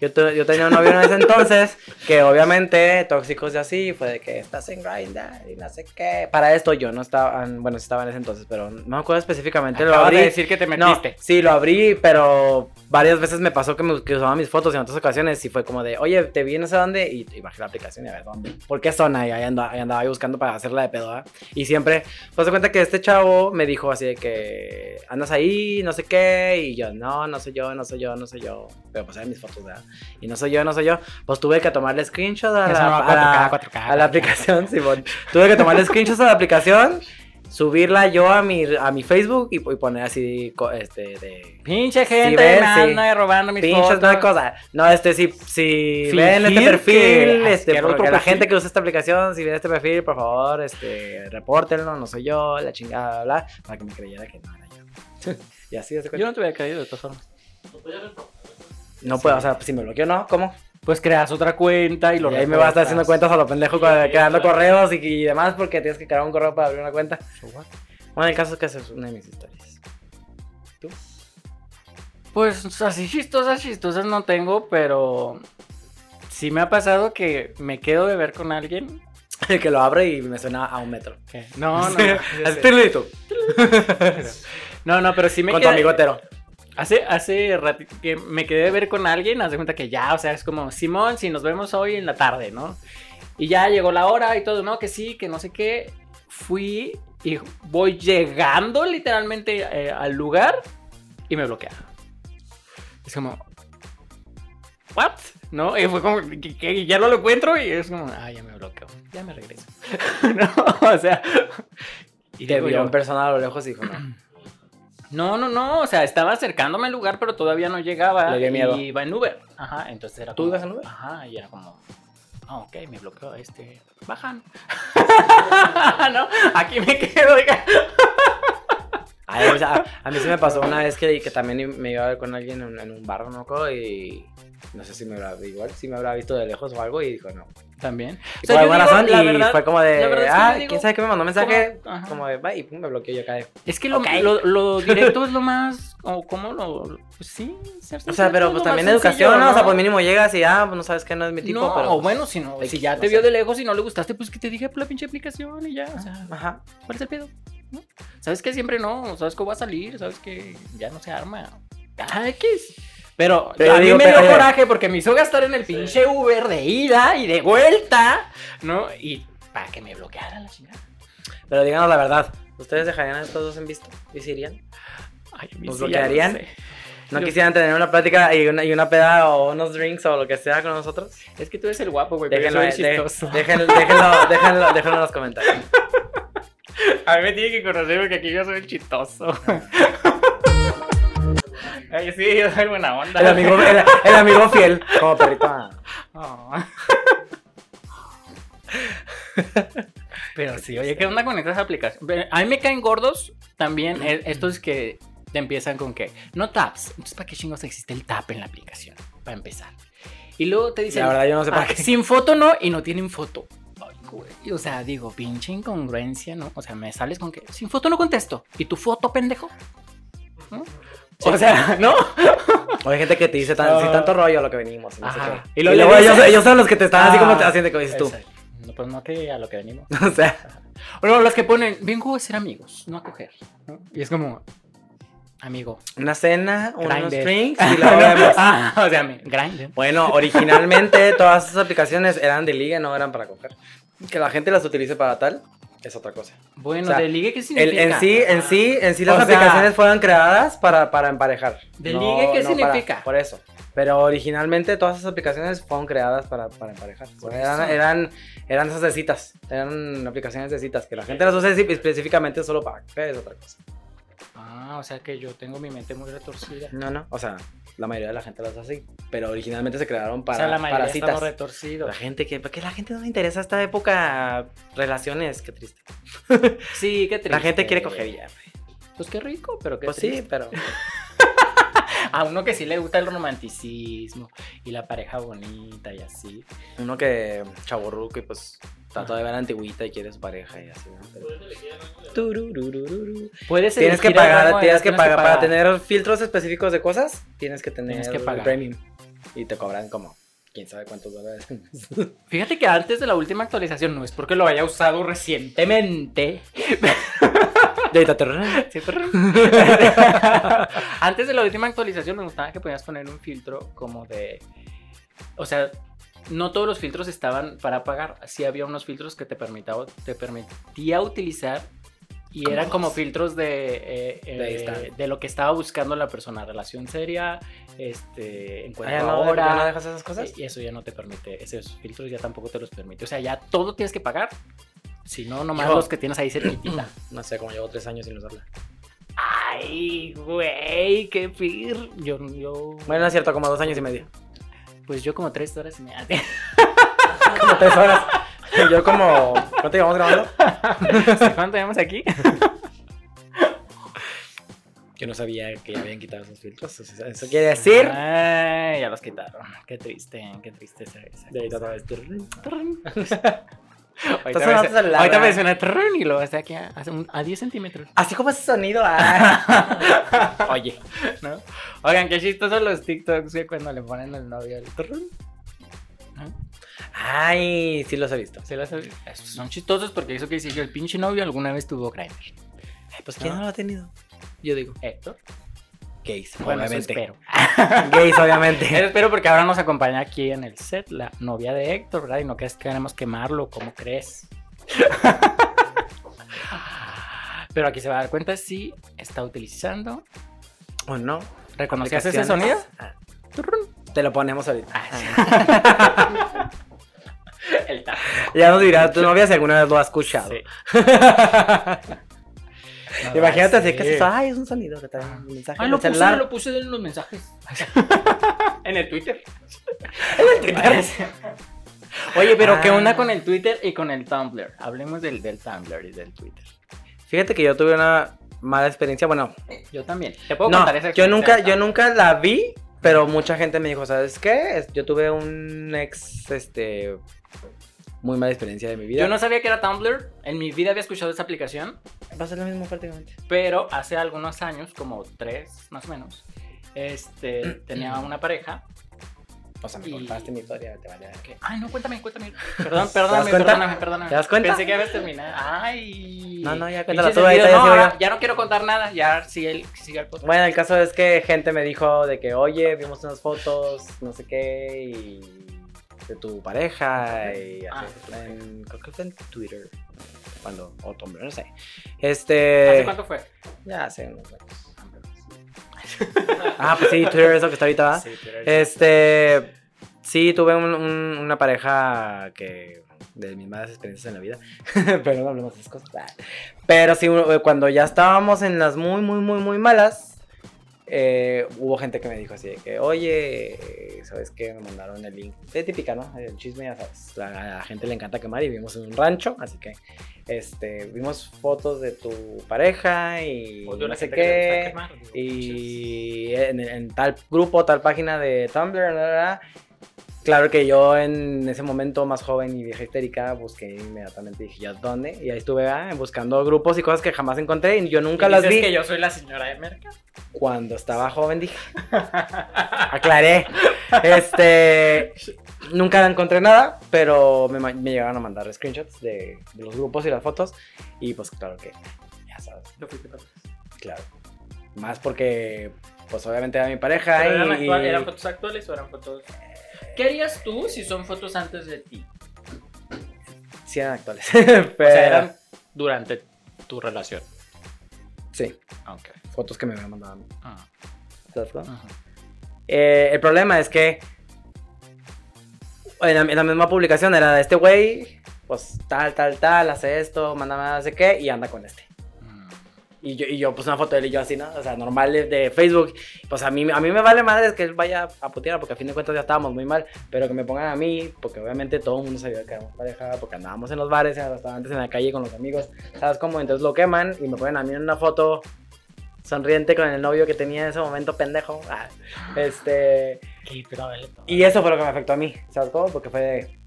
Speaker 1: yo, tu- yo tenía un novio en ese entonces que obviamente tóxicos y así fue de que estás en grinder y no sé qué. Para esto yo no estaba, bueno, sí estaba en ese entonces, pero no me acuerdo específicamente lo
Speaker 2: Acabas
Speaker 1: abrí.
Speaker 2: de decir que te
Speaker 1: No,
Speaker 2: metiste.
Speaker 1: sí, lo abrí, pero varias veces me pasó que me que usaba mis fotos en otras ocasiones y fue como de, oye, te vi no sé dónde y, y bajé la aplicación y a ver dónde. ¿Por qué zona? Y ahí andaba, ahí andaba yo buscando para hacerla de pedo, ¿ah? Y siempre, pues de cuenta que este chavo me dijo así de que andas ahí, no sé qué, y yo, no, no soy yo, no soy yo, no soy yo. Pero pues eran mis fotos, ¿verdad? Y no soy yo, no soy yo. Pues tuve que tomarle screenshot a
Speaker 2: Eso
Speaker 1: la,
Speaker 2: no va
Speaker 1: a la-
Speaker 2: 4K, 4K,
Speaker 1: a la
Speaker 2: 4K.
Speaker 1: aplicación, Simón. Tuve que tomarle screenshots a la aplicación subirla yo a mi, a mi Facebook y, y poner así, co- este, de...
Speaker 2: Pinche gente
Speaker 1: ven,
Speaker 2: me
Speaker 1: sí.
Speaker 2: anda robando mis
Speaker 1: Pinches
Speaker 2: fotos.
Speaker 1: no cosa. No, este, si, si
Speaker 2: Fingir
Speaker 1: ven este
Speaker 2: que
Speaker 1: perfil, este,
Speaker 2: era
Speaker 1: porque
Speaker 2: otro
Speaker 1: la
Speaker 2: perfil.
Speaker 1: gente que usa esta aplicación, si ven este perfil, por favor, este, repórtenlo, no soy yo, la chingada, bla, bla, para que me creyera que no era yo. y así, ya se
Speaker 2: Yo
Speaker 1: cuenta.
Speaker 2: no te hubiera caído de todas formas.
Speaker 1: No puedo, o sea, si me bloqueo, ¿no? ¿Cómo?
Speaker 2: Pues creas otra cuenta y lo
Speaker 1: Y ahí me vas a estar
Speaker 2: reportas.
Speaker 1: haciendo cuentas a lo pendejo, cua- creando correos y, y demás, porque tienes que crear un correo para abrir una cuenta. Bueno, el caso es que esa es una de mis historias.
Speaker 2: Pues así chistosas, chistosas no tengo, pero sí me ha pasado que me quedo de ver con alguien.
Speaker 1: que lo abro y me suena a un metro.
Speaker 2: No, no.
Speaker 1: Así, tirlito,
Speaker 2: No, no, pero sí me
Speaker 1: Con tu
Speaker 2: quedé-
Speaker 1: amigotero.
Speaker 2: Hace, hace ratito que me quedé de ver con alguien, haz de cuenta que ya, o sea, es como, Simón, si nos vemos hoy en la tarde, ¿no? Y ya llegó la hora y todo, ¿no? Que sí, que no sé qué. Fui y voy llegando literalmente eh, al lugar y me bloquea. Es como, ¿what? ¿No? Y fue como, que, que ya no lo encuentro y es como, ah, ya me bloqueó, ya me regreso. no, o sea.
Speaker 1: Y te
Speaker 2: digo
Speaker 1: vio
Speaker 2: yo,
Speaker 1: en persona a lo lejos y dijo, no.
Speaker 2: no, no, no, o sea, estaba acercándome al lugar, pero todavía no llegaba.
Speaker 1: Le dio miedo.
Speaker 2: Y iba en Uber. Ajá, entonces era
Speaker 1: ¿Tú
Speaker 2: como-
Speaker 1: ibas en Uber?
Speaker 2: Ajá, y era como, ah, ok, me bloqueó este, bajan. no, aquí me quedo, oiga.
Speaker 1: Ay, o sea, a, a mí se me pasó una vez que, que también me iba a ver con alguien en, en un bar, ¿no? co? Y no sé si me habrá, igual, si me habrá visto de lejos o algo y dijo, no.
Speaker 2: También.
Speaker 1: Y
Speaker 2: O sea,
Speaker 1: por
Speaker 2: yo
Speaker 1: alguna
Speaker 2: digo,
Speaker 1: razón,
Speaker 2: la
Speaker 1: y
Speaker 2: verdad-
Speaker 1: fue como
Speaker 2: la
Speaker 1: de,
Speaker 2: verdad es que yo
Speaker 1: ah,
Speaker 2: digo,
Speaker 1: quién sabe qué me mandó mensaje,
Speaker 2: ¿cómo? Ajá.
Speaker 1: como de, va, y pum, me bloqueó yo acá de,
Speaker 2: Es que lo,
Speaker 1: Ok.
Speaker 2: lo, lo directo es lo más, o cómo lo, lo- pues sí. ser
Speaker 1: O sea,
Speaker 2: sincero es
Speaker 1: pero pues
Speaker 2: lo más
Speaker 1: también
Speaker 2: sencillo,
Speaker 1: educación, ¿no? O sea, pues mínimo llegas y ah, pues no sabes que no es mi tipo,
Speaker 2: no,
Speaker 1: pero. pues,
Speaker 2: o bueno, si, no, si
Speaker 1: X,
Speaker 2: ya
Speaker 1: no
Speaker 2: te
Speaker 1: sé.
Speaker 2: vio de lejos y no le gustaste, pues que te dije por la pinche aplicación y ya, o sea.
Speaker 1: Ajá.
Speaker 2: ¿Cuál es el pedo? ¿No? ¿Sabes que siempre no? ¿Sabes que va a salir? ¿Sabes que ya no se arma? Ah, X. Pero
Speaker 1: Pero
Speaker 2: a
Speaker 1: digo,
Speaker 2: mí me
Speaker 1: pero-
Speaker 2: dio coraje porque me hizo gastar en el pinche Uber de ida y de vuelta, ¿no? Y para que me bloqueara la chingada.
Speaker 1: Pero díganos la verdad. ¿Ustedes dejarían a estos dos en visto? ¿Y se irían?
Speaker 2: Ay, a mí
Speaker 1: ¿Nos
Speaker 2: sí, ya
Speaker 1: bloquearían?
Speaker 2: no sé.
Speaker 1: ¿No
Speaker 2: Yo-
Speaker 1: quisieran tener una plática y una, y una peda o unos drinks o lo que sea con nosotros?
Speaker 2: Es que tú eres el guapo, güey, pero yo
Speaker 1: Déjenlo,
Speaker 2: soy
Speaker 1: eh,
Speaker 2: el
Speaker 1: de-
Speaker 2: chistoso.
Speaker 1: déjenlo, déjenlo, déjenlo, déjenlo en los comentarios.
Speaker 2: A mí me tiene que conocer porque aquí yo soy el chistoso. Ay, sí, yo soy buena onda.
Speaker 1: El amigo, el, el amigo fiel, como perrito. ah.
Speaker 2: Oh. Pero sí, oye, ¿qué onda con estas aplicaciones? Pero A mí me caen gordos también eh, estos que te empiezan con que no taps. Entonces, ¿para qué chingos existe el tap en la aplicación? Para empezar. Y luego te dicen,
Speaker 1: La verdad, yo no sé para
Speaker 2: "Ah,
Speaker 1: qué.
Speaker 2: sin foto no, y no tienen foto. Ay, güey, O sea, digo, pinche incongruencia, ¿no? O sea, me sales con que sin foto no contesto. ¿Y tu foto, pendejo? ¿No? O sea, ¿no?
Speaker 1: O hay gente que te dice tan,
Speaker 2: No.
Speaker 1: sí, tanto rollo a lo que venimos. Y, no sé
Speaker 2: Ah. Ajá.
Speaker 1: qué.
Speaker 2: Y
Speaker 1: y
Speaker 2: luego
Speaker 1: luego,
Speaker 2: le dices-
Speaker 1: ellos, ellos son los que te están así como te-
Speaker 2: Ah,
Speaker 1: haciendo que dices tú.
Speaker 2: Exacto. No, pues no que a lo que venimos.
Speaker 1: O sea,
Speaker 2: Bueno, las que ponen, vengo a ser amigos, no a coger. ¿no? Y es como, amigo.
Speaker 1: una cena, unos
Speaker 2: Grindr.
Speaker 1: drinks y luego vemos.
Speaker 2: Ah, o sea, mi- grind.
Speaker 1: Bueno, originalmente todas esas aplicaciones eran de liga, no eran para coger. Que la gente las utilice para tal es otra cosa.
Speaker 2: Bueno,
Speaker 1: O sea,
Speaker 2: de ligue, ¿qué significa?
Speaker 1: El- en sí, en sí, en sí las
Speaker 2: O sea-
Speaker 1: aplicaciones fueron creadas para, para emparejar.
Speaker 2: ¿De ligue qué
Speaker 1: para-
Speaker 2: significa?
Speaker 1: por eso. Pero originalmente todas esas aplicaciones fueron creadas para, para emparejar.
Speaker 2: Por
Speaker 1: eran,
Speaker 2: eso.
Speaker 1: eran, eran esas de citas. Eran aplicaciones de citas que la gente las usa espe- específicamente solo para coger, es otra cosa.
Speaker 2: Ah, o sea que yo tengo mi mente muy retorcida.
Speaker 1: No, no. O sea, la mayoría de la gente las hace así. Pero originalmente se crearon
Speaker 2: o sea,
Speaker 1: para,
Speaker 2: la
Speaker 1: para
Speaker 2: mayoría
Speaker 1: citas.
Speaker 2: estamos retorcidos.
Speaker 1: La gente que, ¿por qué la gente no le interesa esta época? Relaciones, qué triste.
Speaker 2: Sí, qué triste.
Speaker 1: La gente quiere coger ya.
Speaker 2: Pues qué rico, pero qué
Speaker 1: Pues
Speaker 2: triste.
Speaker 1: sí, pero.
Speaker 2: A uno que sí le gusta el romanticismo y la pareja bonita y así.
Speaker 1: Uno que chaborruco y pues trató de ver antigüita y quiere su pareja y así, ¿no? Pero- Turururururu.
Speaker 2: Puedes
Speaker 1: Tienes que
Speaker 2: elegir el rango
Speaker 1: pagar,
Speaker 2: de
Speaker 1: tienes
Speaker 2: edad,
Speaker 1: que pagar. Para tener filtros específicos de cosas, tienes que tener
Speaker 2: Tienes que
Speaker 1: el
Speaker 2: pagar.
Speaker 1: premium. Y te cobran como quién sabe cuántos dólares.
Speaker 2: Fíjate que antes de la última actualización, no es porque lo haya usado recientemente.
Speaker 1: De ahorita te re-
Speaker 2: Sí, perro. Antes de la última actualización me gustaba que podías poner un filtro como de... O sea, no todos los filtros estaban para pagar. Sí había unos filtros que te permitía, te permitía utilizar y
Speaker 1: Como
Speaker 2: eran como
Speaker 1: dos.
Speaker 2: filtros de, eh, eh,
Speaker 1: De Instagram.
Speaker 2: de lo que estaba buscando la persona. Relación seria, este, encuentro
Speaker 1: Ah, ya no,
Speaker 2: ahora.
Speaker 1: ya no dejas esas cosas.
Speaker 2: Y eso ya no te permite, esos filtros ya tampoco te los permite. O sea, ya todo tienes que pagar Si no, nomás
Speaker 1: Hijo.
Speaker 2: los que tienes ahí cerquitita.
Speaker 1: No sé, como llevo tres años sin usarla.
Speaker 2: Ay, güey, qué pir. Yo, yo.
Speaker 1: Bueno, no es cierto, como dos años y medio.
Speaker 2: Pues yo como tres horas y media.
Speaker 1: Como tres horas. Yo como... ¿Cuánto llevamos grabando?
Speaker 2: ¿Cuánto tenemos aquí?
Speaker 1: Yo no sabía que ya habían quitado esos filtros. o sea, Eso quiere decir...
Speaker 2: Ay, ya los quitaron. Qué triste, qué triste esa. esa
Speaker 1: De ahí
Speaker 2: cosa.
Speaker 1: otra vez.
Speaker 2: Trrrn.
Speaker 1: Está sonando
Speaker 2: ahorita, me,
Speaker 1: tu celular,
Speaker 2: ahorita me
Speaker 1: ¿verdad?
Speaker 2: suena trrrn y luego está aquí a, a un- a 10 centímetros.
Speaker 1: Así como ese sonido. ah. Oye.
Speaker 2: ¿no? Oigan, qué chistosos los TikToks que cuando le ponen al novio el trrrn.
Speaker 1: Ay, sí los he visto.
Speaker 2: Se las- esos son chistosos porque eso que dice que el pinche novio alguna vez tuvo Grindr.
Speaker 1: Ay, pues
Speaker 2: ¿No?
Speaker 1: ¿quién no lo ha tenido? Yo digo.
Speaker 2: Héctor.
Speaker 1: Gays,
Speaker 2: Bueno, eso
Speaker 1: obviamente.
Speaker 2: espero.
Speaker 1: Gays, obviamente.
Speaker 2: Eso espero porque ahora nos acompaña aquí en el set la novia de Héctor, ¿verdad? Y no crees que queremos quemarlo, ¿cómo crees? Pero aquí se va a dar cuenta si está utilizando.
Speaker 1: ¿O no?
Speaker 2: ¿Reconocías ese sonido?
Speaker 1: Aplicaciones. Ah, Te lo ponemos ahorita.
Speaker 2: El tap.
Speaker 1: Ya nos dirá tu novia si alguna vez lo ha escuchado.
Speaker 2: Sí.
Speaker 1: Imagínate así
Speaker 2: Sí.
Speaker 1: que haces, ay, es un sonido que trae un mensaje.
Speaker 2: Ay,
Speaker 1: en
Speaker 2: Ah, lo
Speaker 1: el
Speaker 2: puse,
Speaker 1: celular.
Speaker 2: lo puse en los mensajes. en el Twitter. Oye, pero ¿qué
Speaker 1: Ah.
Speaker 2: onda con el Twitter y con el Tumblr? Hablemos del, del Tumblr y del Twitter.
Speaker 1: Fíjate que yo tuve una mala experiencia. Bueno,
Speaker 2: Yo también. ¿Te puedo
Speaker 1: no,
Speaker 2: contar esa
Speaker 1: yo nunca,
Speaker 2: experiencia?
Speaker 1: yo nunca la vi, pero mucha gente me dijo, ¿sabes qué? Es- Yo tuve un ex, este, muy mala experiencia de mi vida.
Speaker 2: Yo no sabía que era Tumblr. En mi vida había escuchado esa aplicación.
Speaker 1: Va a ser lo mismo prácticamente.
Speaker 2: Pero hace algunos años, como tres más o menos, este, tenía una pareja.
Speaker 1: O sea, me
Speaker 2: Y-
Speaker 1: contaste mi historia, te vale.
Speaker 2: que- Ay, no, cuéntame, cuéntame. Perdón,
Speaker 1: das
Speaker 2: perdóname,
Speaker 1: cuenta?
Speaker 2: perdóname, perdóname.
Speaker 1: ¿Te das cuenta?
Speaker 2: Pensé que habías terminado. Ay.
Speaker 1: No, no, ya
Speaker 2: Pinches
Speaker 1: cuéntala tú, ahorita ya
Speaker 2: sentidos. No,
Speaker 1: sigo yo.
Speaker 2: ahora ya no quiero contar nada. Ya sigue el, sigue el podcast.
Speaker 1: Bueno, el caso es que gente me dijo de que, oye, vimos unas fotos, no sé qué, y de tu pareja, y
Speaker 2: Ah,
Speaker 1: así,
Speaker 2: de tu
Speaker 1: en- creo que fue en Twitter, cuando, o Tumblr, no sé.
Speaker 2: ¿Hace
Speaker 1: Este,
Speaker 2: cuánto fue?
Speaker 1: ya hace unos años. Ah, pues sí, Twitter es lo que está ahorita, ¿verdad?
Speaker 2: Sí, pero
Speaker 1: Este, sí, tuve un- un- una pareja que, de mis malas experiencias en la vida, pero no hablemos de esas cosas. Ah. Pero sí, u- cuando ya estábamos en las muy, muy, muy, muy malas, eh, hubo gente que me dijo así de que, oye, ¿sabes qué? Me mandaron el link. Es típica, ¿no? El chisme, ya sabes. A la, a la gente le encanta quemar y vivimos en un rancho, así que, este, vimos fotos de tu pareja y
Speaker 2: Odio a
Speaker 1: no
Speaker 2: la
Speaker 1: sé
Speaker 2: gente que le gusta
Speaker 1: qué
Speaker 2: quemar, digo,
Speaker 1: y en, en tal grupo, tal página de Tumblr, bla, bla, bla. claro que yo en ese momento más joven y vieja histérica busqué inmediatamente dije, ¿ya dónde? Y ahí estuve ah, buscando grupos y cosas que jamás encontré y yo nunca
Speaker 2: ¿Y
Speaker 1: las
Speaker 2: dices
Speaker 1: vi.
Speaker 2: que yo soy la señora de Merca?
Speaker 1: Cuando estaba joven dije, aclaré, este, nunca encontré nada, pero me, ma- me llegaron a mandar screenshots de, de los grupos y las fotos y pues claro que, ya sabes.
Speaker 2: Yo fui que-
Speaker 1: Claro. Más porque, pues obviamente era mi pareja
Speaker 2: ¿Pero eran,
Speaker 1: y...
Speaker 2: actual- eran fotos actuales o eran fotos.? ¿Qué harías tú si son fotos antes de ti?
Speaker 1: Sí, eran actuales. Pero...
Speaker 2: O sea, eran durante tu relación.
Speaker 1: Sí,
Speaker 2: Aunque.
Speaker 1: fotos que me habían mandado. a mí.
Speaker 2: Ah,
Speaker 1: ¿Sabes, no?
Speaker 2: ajá.
Speaker 1: Eh, el problema es que en la, en la misma publicación era de este güey, pues tal, tal, tal, hace esto, manda, no sé qué, y anda con este.
Speaker 2: Mm.
Speaker 1: Y yo, y yo puse una foto de él y yo así, ¿no? O sea, normal de, de Facebook. Pues a mí, a mí me vale madres que él vaya a putear, porque a fin de cuentas ya estábamos muy mal. Pero que me pongan a mí, porque obviamente todo el mundo sabía que éramos pareja, porque andábamos en los bares, en los restaurantes, en la calle con los amigos. ¿Sabes cómo? Entonces lo queman y me ponen a mí en una foto sonriente con el novio que tenía en ese momento, pendejo. Ah, este.
Speaker 2: Sí, pero a ver, le-
Speaker 1: Y eso fue lo que me afectó a mí, ¿sabes cómo? Porque fue de,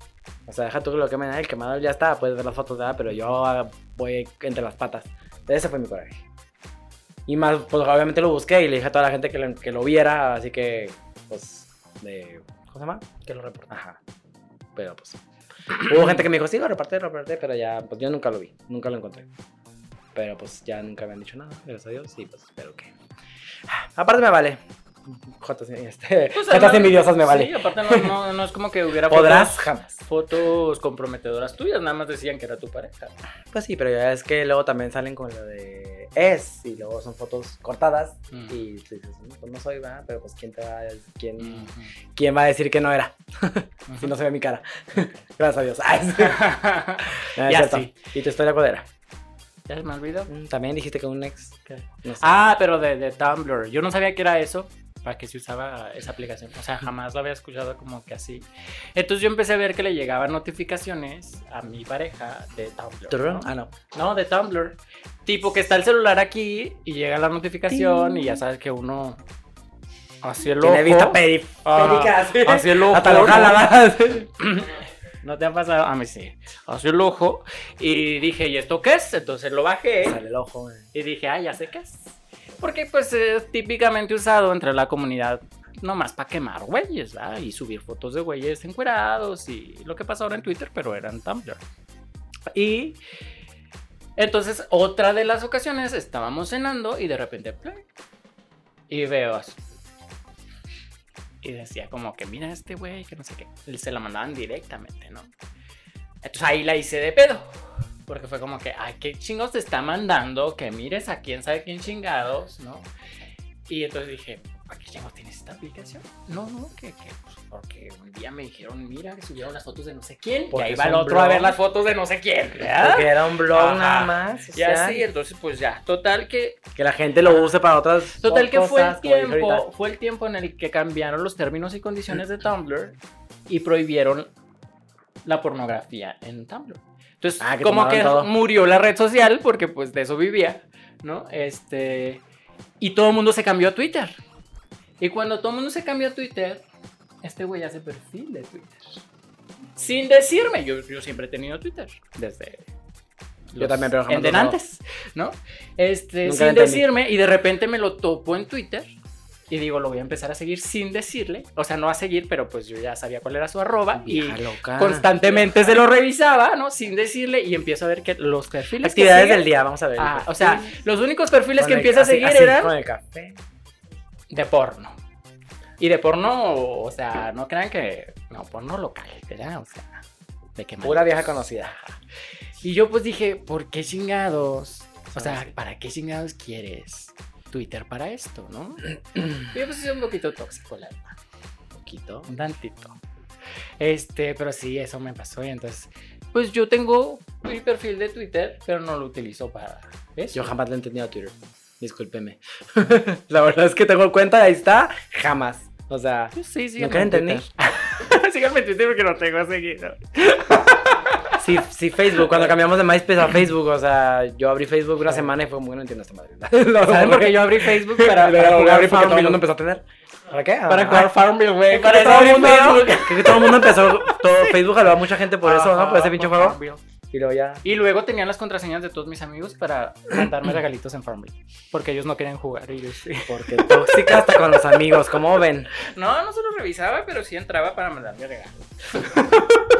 Speaker 1: O sea, deja tú que lo quemen a él, quemado ya está, puedes ver las fotos, ¿verdad? Pero yo ah, voy entre las patas. Ese fue mi coraje. Y más, pues obviamente lo busqué y le dije a toda la gente que lo, que lo viera, así que, pues, de... ¿Cómo se llama?
Speaker 2: que lo reporta.
Speaker 1: Ajá. Pero pues... Hubo gente que me dijo, sí, lo repartí, lo repartí, pero ya, pues yo nunca lo vi, nunca lo encontré. Pero pues ya nunca me han dicho nada, gracias a Dios, y pues, pero qué. Aparte me vale. Jotas, este, jotas envidiosas me vale.
Speaker 2: Pues, Sí, aparte no, no, no es como que hubiera
Speaker 1: ¿Podrás? Jamás.
Speaker 2: Fotos, fotos comprometedoras tuyas, nada más decían que era tu pareja.
Speaker 1: Pues sí, pero ya es que luego también salen con lo de que es, y luego son fotos cortadas,
Speaker 2: Mm.
Speaker 1: y tú dices, no, pues no soy, ¿verdad? Pero pues, ¿quién, te va, quién,
Speaker 2: Ujú.
Speaker 1: ¿quién va a decir que no era? si no se ve mi cara. Gracias a Dios. Ah, es- No, es
Speaker 2: Ya
Speaker 1: cierto.
Speaker 2: sí.
Speaker 1: ¿Y tu historia cuál era?
Speaker 2: ¿Ya se me olvidó?
Speaker 1: Mm, También dijiste que un ex. No sé.
Speaker 2: Ah, pero de, de Tumblr. Yo no sabía que era eso, para que se usaba esa aplicación. O sea, jamás la había escuchado como que así. Entonces yo empecé a ver que le llegaban notificaciones a mi pareja de Tumblr.
Speaker 1: ¿Turrón?
Speaker 2: ¿no?
Speaker 1: Ah, no.
Speaker 2: No, de Tumblr. Tipo que está el celular aquí y llega la notificación y ya sabes que uno... Así el ojo.
Speaker 1: Tiene vista peri-
Speaker 2: Ajá.
Speaker 1: pericas.
Speaker 2: Así el ojo.
Speaker 1: Hasta lo
Speaker 2: ¿no?
Speaker 1: jala, ¿verdad?
Speaker 2: ¿No te ha pasado? A mí sí. Así el ojo. Y dije, ¿y esto qué es? Entonces lo bajé.
Speaker 1: Sale el ojo. eh.
Speaker 2: Y dije, ah, ya sé qué es. Porque pues es típicamente usado entre la comunidad nomás para quemar güeyes, ¿verdad? Y subir fotos de güeyes encuerados y lo que pasa ahora en Twitter, pero era en Tumblr. Y entonces otra de las ocasiones estábamos cenando y de repente, play, y veo así. Y decía como que mira este güey, que no sé qué. Y Se la mandaban directamente, ¿no? Entonces ahí la hice de pedo. Porque fue como que, ay, qué chingos te está mandando, que mires a quién sabe quién chingados, ¿no? Y entonces dije, ¿para qué chingos tienes esta aplicación? No, no, que, que, pues, porque un día me dijeron, mira, que subieron las fotos de no sé quién. Y
Speaker 1: Porque
Speaker 2: ahí va el
Speaker 1: son
Speaker 2: otro a ver
Speaker 1: blogs.
Speaker 2: las fotos de no sé quién, ¿verdad?
Speaker 1: Porque era un blog
Speaker 2: ¿Ah? Ajá.
Speaker 1: nada más. o
Speaker 2: Y
Speaker 1: sea,
Speaker 2: así, entonces pues ya, total que
Speaker 1: Que la gente lo use para otras
Speaker 2: total que fue el
Speaker 1: cosas, como dije
Speaker 2: tiempo,
Speaker 1: ahorita.
Speaker 2: fue el tiempo en el que cambiaron los términos y condiciones de Tumblr y prohibieron la pornografía en Tumblr. Entonces,
Speaker 1: Ah, que
Speaker 2: como que
Speaker 1: tomaron todo.
Speaker 2: murió la red social porque pues de eso vivía, ¿no? Este y todo el mundo se cambió a Twitter. Y cuando todo el mundo se cambió a Twitter, este güey hace perfil de Twitter. Sin decirme, yo, yo siempre he tenido Twitter. Desde.
Speaker 1: Yo
Speaker 2: los
Speaker 1: también, pero jamás lo
Speaker 2: endenantes, ¿no? Este,
Speaker 1: Nunca lo
Speaker 2: sin
Speaker 1: entendí.
Speaker 2: decirme, y de repente me lo topo en Twitter. Y digo, lo voy a empezar a seguir sin decirle. O sea, no a seguir, pero pues yo ya sabía cuál era su arroba. Y
Speaker 1: Vieja loca.
Speaker 2: constantemente se lo revisaba, ¿no? Sin decirle. Y empiezo a ver que los perfiles. que
Speaker 1: Actividades
Speaker 2: sigue-
Speaker 1: del día, vamos a ver.
Speaker 2: Ah, o sea, los únicos perfiles
Speaker 1: Con
Speaker 2: que
Speaker 1: el-
Speaker 2: empieza a
Speaker 1: así-
Speaker 2: seguir
Speaker 1: así,
Speaker 2: eran
Speaker 1: Con el café.
Speaker 2: de porno. Y de porno, o sea, no crean que. No, porno local, ¿verdad? O sea, de qué
Speaker 1: Pura
Speaker 2: manera.
Speaker 1: vieja conocida.
Speaker 2: Y yo pues dije, ¿por qué chingados? O sea,
Speaker 1: Sí.
Speaker 2: ¿para qué chingados quieres Twitter para esto, no? Yo pues es un poquito tóxico, la verdad. Un poquito, un tantito. Este, pero sí, eso me pasó. Y entonces, pues yo tengo mi perfil de Twitter, pero no lo utilizo para eso.
Speaker 1: Yo jamás lo he entendido a Twitter. Discúlpeme. la verdad es que tengo cuenta y ahí está. Jamás. O sea,
Speaker 2: Pues sí, sí.
Speaker 1: nunca lo entendí.
Speaker 2: Síganme en Twitter porque no tengo seguido.
Speaker 1: Sí, sí, Facebook. Cuando cambiamos de MySpace a Facebook, o sea, yo abrí Facebook una semana y fue como que no entiendo esta madre.
Speaker 2: ¿Saben por qué yo abrí Facebook para, para
Speaker 1: Lo
Speaker 2: jugar
Speaker 1: abrí porque todo el
Speaker 2: Farmville?
Speaker 1: mundo empezó a tener. ¿Para qué?
Speaker 2: Para
Speaker 1: Ah,
Speaker 2: jugar Farmville, güey.
Speaker 1: Para
Speaker 2: eso
Speaker 1: todo
Speaker 2: abrí
Speaker 1: el mundo,
Speaker 2: Facebook.
Speaker 1: Creo que todo el mundo empezó, todo Facebook hablaba mucha gente por eso, ¿no? Por
Speaker 2: Ah,
Speaker 1: ese pinche juego. Y luego ya.
Speaker 2: Y luego tenían las contraseñas de todos mis amigos para mandarme regalitos en Farmville. Porque ellos no querían jugar. Y yo sí.
Speaker 1: Porque tóxica hasta con los amigos, ¿cómo ven?
Speaker 2: No, no se los revisaba, pero sí entraba para mandarme regalos.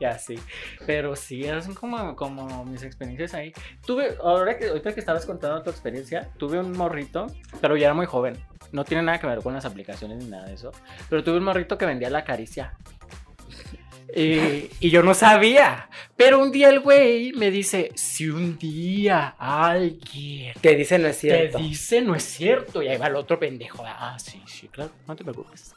Speaker 2: ya sí. Pero sí, esas son como, como mis experiencias ahí. Tuve, ahora que, ahorita que estabas contando tu experiencia, tuve un morrito, pero ya era muy joven. No tiene nada que ver con las aplicaciones ni nada de eso. Pero tuve un morrito que vendía la caricia. Y, y yo no sabía. Pero un día el güey me dice, si un día alguien
Speaker 1: Te dicen no es cierto.
Speaker 2: te dice no es cierto. Y ahí va el otro pendejo. Ah, sí, sí, claro, no te preocupes.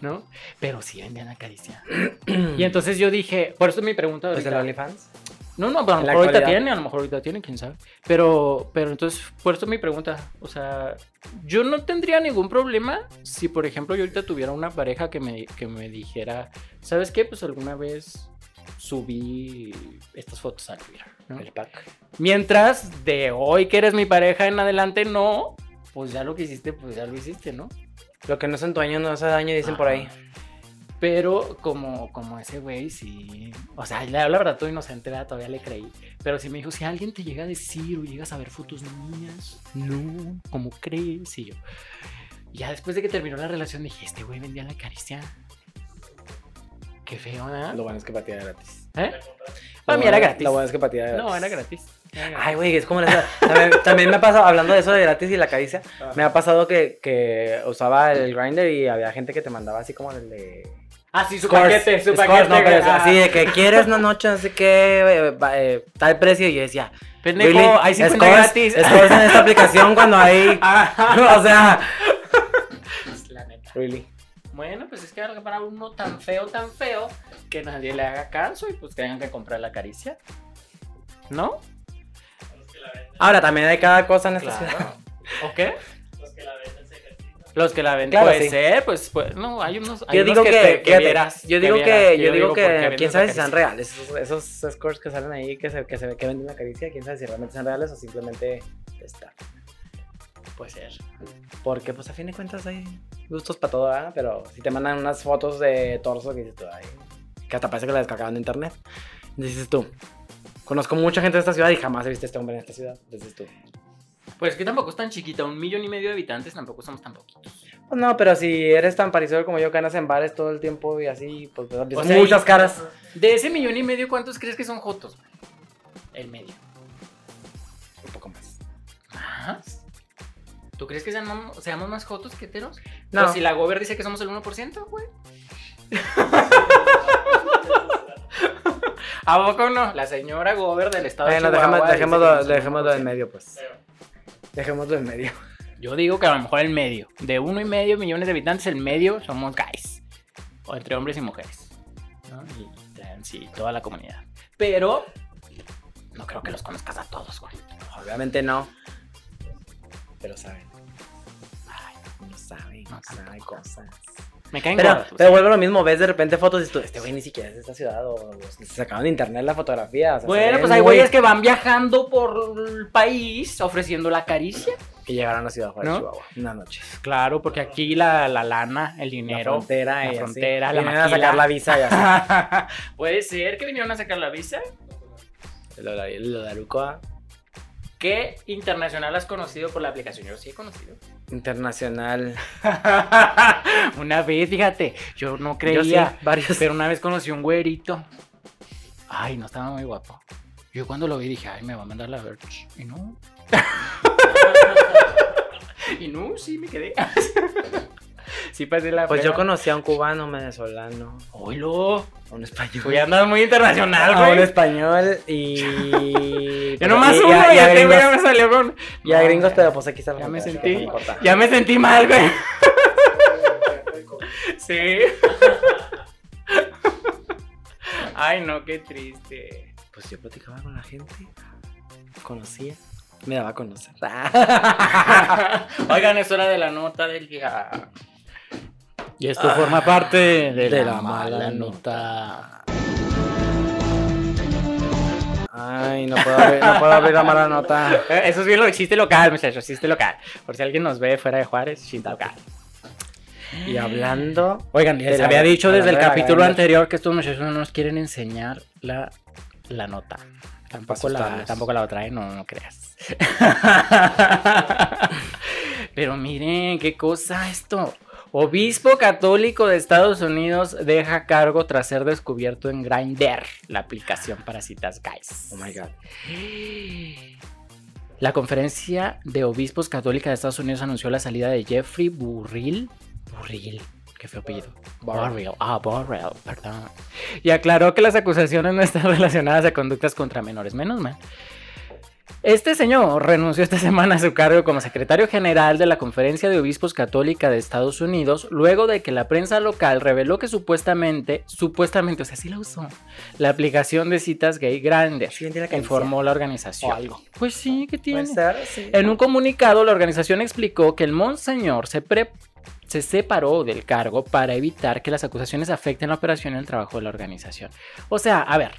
Speaker 2: ¿No? Pero sí vendían la caricia. y entonces yo dije, por eso mi pregunta
Speaker 1: ¿Es
Speaker 2: ahorita-
Speaker 1: el OnlyFans?
Speaker 2: No, no, pero a
Speaker 1: Pues, en
Speaker 2: lo
Speaker 1: la
Speaker 2: mejor ahorita
Speaker 1: actualidad.
Speaker 2: tiene, a lo mejor ahorita tiene, quién sabe. Pero, pero entonces, por eso mi pregunta. O sea, yo no tendría ningún problema si, por ejemplo, yo ahorita tuviera una pareja que me, que me dijera, ¿sabes qué? Pues alguna vez subí estas fotos al Twitter. ¿no?
Speaker 1: El pack.
Speaker 2: Mientras de hoy que eres mi pareja en adelante, no, pues ya lo que hiciste, pues ya lo hiciste, ¿no?
Speaker 1: Lo que no es en tu año no hace daño, dicen por ahí.
Speaker 2: Ajá. Pero como, como ese güey, sí. O sea, la, la verdad, todo inocente, ¿verdad? todavía le creí. Pero sí me dijo, si alguien te llega a decir o llegas a ver fotos mías, no, ¿cómo crees? Y yo. Ya después de que terminó la relación, dije, este güey vendía la caricia. Qué feo, ¿verdad?
Speaker 1: bueno es que para ti era gratis.
Speaker 2: ¿Eh? Para mí era gratis.
Speaker 1: Lo bueno es que para ti era gratis.
Speaker 2: No, era gratis. Era gratis.
Speaker 1: Ay, güey, es como la... También, también me ha pasado, hablando de eso de gratis y la caricia, me ha pasado que, que usaba el grinder y había gente que te mandaba así como el de...
Speaker 2: Ah, sí, su
Speaker 1: Scores,
Speaker 2: paquete, su
Speaker 1: Scores,
Speaker 2: paquete.
Speaker 1: no, pero es
Speaker 2: ah.
Speaker 1: así de que quieres una noche, no sé qué, eh, va- eh, tal precio. Y yo decía,
Speaker 2: Pendejo,
Speaker 1: "Really?
Speaker 2: hay 50
Speaker 1: Scores-
Speaker 2: gratis.
Speaker 1: Scores en esta aplicación cuando hay.
Speaker 2: Ah,
Speaker 1: o sea,
Speaker 2: pues, la neta.
Speaker 1: really.
Speaker 2: Bueno, pues es que ahora para uno tan feo, tan feo, que nadie le haga caso y pues tengan que comprar la caricia. ¿No?
Speaker 1: Ahora también hay cada cosa en esta ciudad.
Speaker 2: Claro. ¿O qué? Los que la venden
Speaker 1: Claro,
Speaker 2: puede
Speaker 1: sí.
Speaker 2: ser, pues, pues, no, hay unos, hay
Speaker 1: Yo
Speaker 2: unos
Speaker 1: digo que,
Speaker 2: te-
Speaker 1: fíjate,
Speaker 2: vieras,
Speaker 1: yo
Speaker 2: te
Speaker 1: digo
Speaker 2: vieras,
Speaker 1: que, yo digo
Speaker 2: ¿por qué
Speaker 1: que,
Speaker 2: venden
Speaker 1: quién
Speaker 2: la
Speaker 1: sabe si sean
Speaker 2: caricia?
Speaker 1: reales esos, esos scores que salen ahí que se, que se ve que venden una caricia, quién sabe si realmente sean reales o simplemente está.
Speaker 2: Puede ser.
Speaker 1: Porque pues a fin de cuentas hay gustos para todo, ¿verdad? pero si te mandan unas fotos de torso que dices tú, ay, que hasta parece que la descargaron de internet, dices tú, conozco mucha gente de esta ciudad y jamás he visto a este hombre en esta ciudad, dices tú.
Speaker 2: Pues que tampoco es tan chiquita, un millón y medio de habitantes, tampoco somos tan poquitos.
Speaker 1: Pues no, pero si eres tan parecido como yo que andas en bares todo el tiempo y así, pues ves
Speaker 2: O sea,
Speaker 1: muchas
Speaker 2: y-
Speaker 1: caras.
Speaker 2: De ese millón y medio, ¿cuántos crees que son jotos? güey? El medio.
Speaker 1: Un poco más.
Speaker 2: ¿Más? ¿Tú crees que seamos, seamos más jotos que heteros?
Speaker 1: No.
Speaker 2: Pues si la gober dice que somos el 1%, güey. ¿A poco no? La señora gober del estado
Speaker 1: Bueno,
Speaker 2: de
Speaker 1: dejemos-
Speaker 2: Chihuahua dice que
Speaker 1: dejémoslo,
Speaker 2: somos el
Speaker 1: dejémoslo en
Speaker 2: 1%.
Speaker 1: medio, pues. Dejémoslo en medio.
Speaker 2: Yo digo que a lo mejor el medio. De uno y medio millones de habitantes, el medio somos guys. O entre hombres y mujeres. ¿no? Y traen, sí, toda la comunidad. Pero no creo que los conozcas a todos, güey.
Speaker 1: Obviamente no. Pero saben.
Speaker 2: Ay,
Speaker 1: No saben,
Speaker 2: No,
Speaker 1: no saben
Speaker 2: tampoco. pues,
Speaker 1: cosas.
Speaker 2: me caen
Speaker 1: Pero,
Speaker 2: gordos.
Speaker 1: pero vuelvo a lo mismo, ves de repente fotos y dices tú, este güey ni siquiera es de esta ciudad o, o se sacaron de internet la fotografía. o sea, se
Speaker 2: Bueno,
Speaker 1: ven
Speaker 2: pues hay
Speaker 1: muy-
Speaker 2: güeyes que van viajando por el país ofreciendo la caricia.
Speaker 1: que llegaron a la ciudad fuera
Speaker 2: ¿No?
Speaker 1: de Chihuahua una noche.
Speaker 2: Pues Claro, porque aquí la, la lana, el
Speaker 1: la
Speaker 2: dinero.
Speaker 1: frontera,
Speaker 2: la
Speaker 1: y así.
Speaker 2: frontera, la
Speaker 1: Vinieron a
Speaker 2: maquila.
Speaker 1: sacar la visa y así.
Speaker 2: Puede ser que vinieron a sacar la visa.
Speaker 1: lo, de- lo de Arucoa.
Speaker 2: ¿Qué internacional has conocido por la aplicación? Yo sí he conocido.
Speaker 1: Internacional.
Speaker 2: una vez, fíjate, yo no
Speaker 1: Yo sí,
Speaker 2: creía,
Speaker 1: varios.
Speaker 2: pero una vez conocí un güerito. Ay, no estaba muy guapo. Yo cuando lo vi dije, ay, me va a mandar la verga. Y no. y no, sí, me quedé. sí pasé la
Speaker 1: pues yo
Speaker 2: prueba.
Speaker 1: conocí a un cubano, un venezolano,
Speaker 2: ¡Holo!
Speaker 1: a un español.
Speaker 2: Tú Pues ya andas muy internacional,
Speaker 1: a un
Speaker 2: güey.
Speaker 1: español y.
Speaker 2: Yo nomás
Speaker 1: y- y
Speaker 2: uno,
Speaker 1: a-
Speaker 2: ya,
Speaker 1: y a
Speaker 2: te,
Speaker 1: gringos.
Speaker 2: ya me salió con...
Speaker 1: Y a
Speaker 2: No,
Speaker 1: gringos,
Speaker 2: ya.
Speaker 1: pero pues aquí está la
Speaker 2: Ya me
Speaker 1: frontera,
Speaker 2: sentí.
Speaker 1: no importa.
Speaker 2: Ya me sentí mal, güey. Sí. Ay, no, qué triste.
Speaker 1: Pues yo platicaba con la gente, conocía, me daba a conocer.
Speaker 2: Oigan, es hora de la nota del día. Y esto forma parte de,
Speaker 1: la mala
Speaker 2: nota.
Speaker 1: Ay, no puedo abrir, no puedo abrir la mala nota.
Speaker 2: Eh, Eso es bien lo existe local, muchachos, existe local. Por si alguien nos ve fuera de Juárez, chita local.
Speaker 1: Y hablando,
Speaker 2: Oigan,
Speaker 1: De
Speaker 2: les
Speaker 1: la-
Speaker 2: había dicho
Speaker 1: de la
Speaker 2: desde el
Speaker 1: nueva
Speaker 2: capítulo
Speaker 1: grande.
Speaker 2: anterior que estos muchachos no nos quieren enseñar la, la nota. Tampoco la,
Speaker 1: Asustados.
Speaker 2: tampoco la otra, ¿eh? no, no creas. Pero miren, qué cosa esto. Obispo católico de Estados Unidos deja cargo tras ser descubierto en Grindr, la aplicación para citas guys.
Speaker 1: oh my god,
Speaker 2: La conferencia de obispos católica de Estados Unidos anunció la salida de Jeffrey Burrill. Burrill, qué feo apellido.
Speaker 1: Burrell.
Speaker 2: Burrill, ah, Burrill, perdón. Y aclaró que las acusaciones no están relacionadas a conductas contra menores, menos mal. Este señor renunció esta semana a su cargo como secretario general de la Conferencia de Obispos Católica de Estados Unidos, luego de que la prensa local reveló que supuestamente, supuestamente, o sea, sí la usó, la aplicación de citas gay grande
Speaker 1: sí entiende
Speaker 2: que
Speaker 1: que
Speaker 2: informó la organización.
Speaker 1: O algo.
Speaker 2: Pues sí, ¿qué
Speaker 1: puede
Speaker 2: tiene?
Speaker 1: ser, sí.
Speaker 2: En un comunicado, la organización explicó que el monseñor se, pre- se separó del cargo para evitar que las acusaciones afecten la operación y el trabajo de la organización. O sea, a ver,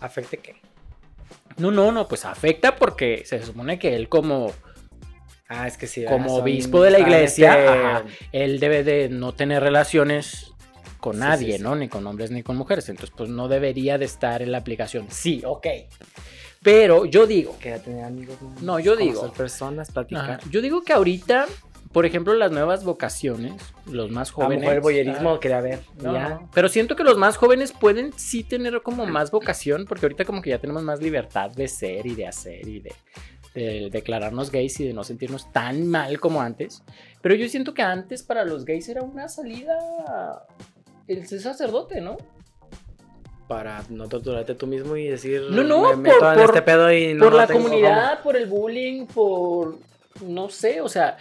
Speaker 1: afecte que
Speaker 2: no, no, no, pues afecta porque se supone que él como
Speaker 1: Ah, es que sí.
Speaker 2: Como
Speaker 1: ¿verdad? Son-
Speaker 2: obispo de la
Speaker 1: saben
Speaker 2: iglesia,
Speaker 1: que-
Speaker 2: ajá. él debe de no tener relaciones con
Speaker 1: Sí,
Speaker 2: nadie,
Speaker 1: sí, sí.
Speaker 2: ¿no? Ni con hombres ni con mujeres. Entonces, pues no debería de estar en la aplicación. Sí, ok. Pero yo digo,
Speaker 1: que ya tenía amigos. ¿no?
Speaker 2: No, yo
Speaker 1: Conocer
Speaker 2: digo.
Speaker 1: personas,
Speaker 2: Ajá.
Speaker 1: platicar.
Speaker 2: Yo digo que ahorita, por ejemplo, las nuevas vocaciones, los más
Speaker 1: A lo
Speaker 2: jóvenes.
Speaker 1: mejor el boyerismo quería ver. y
Speaker 2: No,
Speaker 1: ya.
Speaker 2: no. Pero siento que los más jóvenes pueden sí tener como más vocación, porque ahorita como que ya tenemos más libertad de ser y de hacer y de de declararnos gays y de no sentirnos tan mal como antes. Pero yo siento que antes para los gays era una salida el ser sacerdote, ¿no?
Speaker 1: Para no torturarte tú mismo y decir.
Speaker 2: No, no,
Speaker 1: me
Speaker 2: por-
Speaker 1: meto en
Speaker 2: por-
Speaker 1: este pedo y no
Speaker 2: por la
Speaker 1: tengo
Speaker 2: comunidad, por el bullying, por no sé, o sea,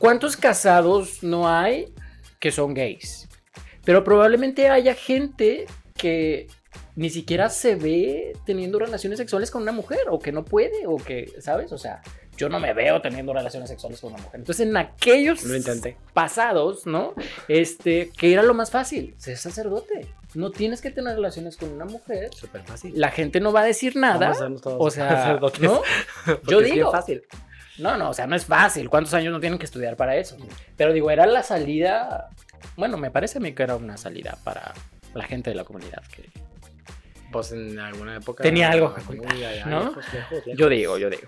Speaker 2: ¿cuántos casados no hay que son gays? Pero probablemente haya gente que ni siquiera se ve teniendo relaciones sexuales con una mujer o que no puede o que, ¿sabes? O sea, yo no me veo teniendo relaciones sexuales con una mujer. Entonces, en aquellos
Speaker 1: cómo. Lo intenté.
Speaker 2: pasados, ¿no? Este, que era lo más fácil, ser sacerdote. No tienes que tener relaciones con una mujer.
Speaker 1: Súper fácil.
Speaker 2: La gente no va a decir nada. O sea, ¿no? Yo
Speaker 1: Es bien
Speaker 2: digo.
Speaker 1: fácil.
Speaker 2: No, no, o sea, no es fácil. ¿Cuántos años no tienen que estudiar para eso? Pero digo, era la salida. Bueno, me parece a mí que era una salida para la gente de la comunidad. Que...
Speaker 1: Pues en alguna época.
Speaker 2: Tenía algo que
Speaker 1: Uy,
Speaker 2: contar,
Speaker 1: ya, ya,
Speaker 2: ¿no?
Speaker 1: lejos, lejos, lejos.
Speaker 2: Yo digo, yo digo.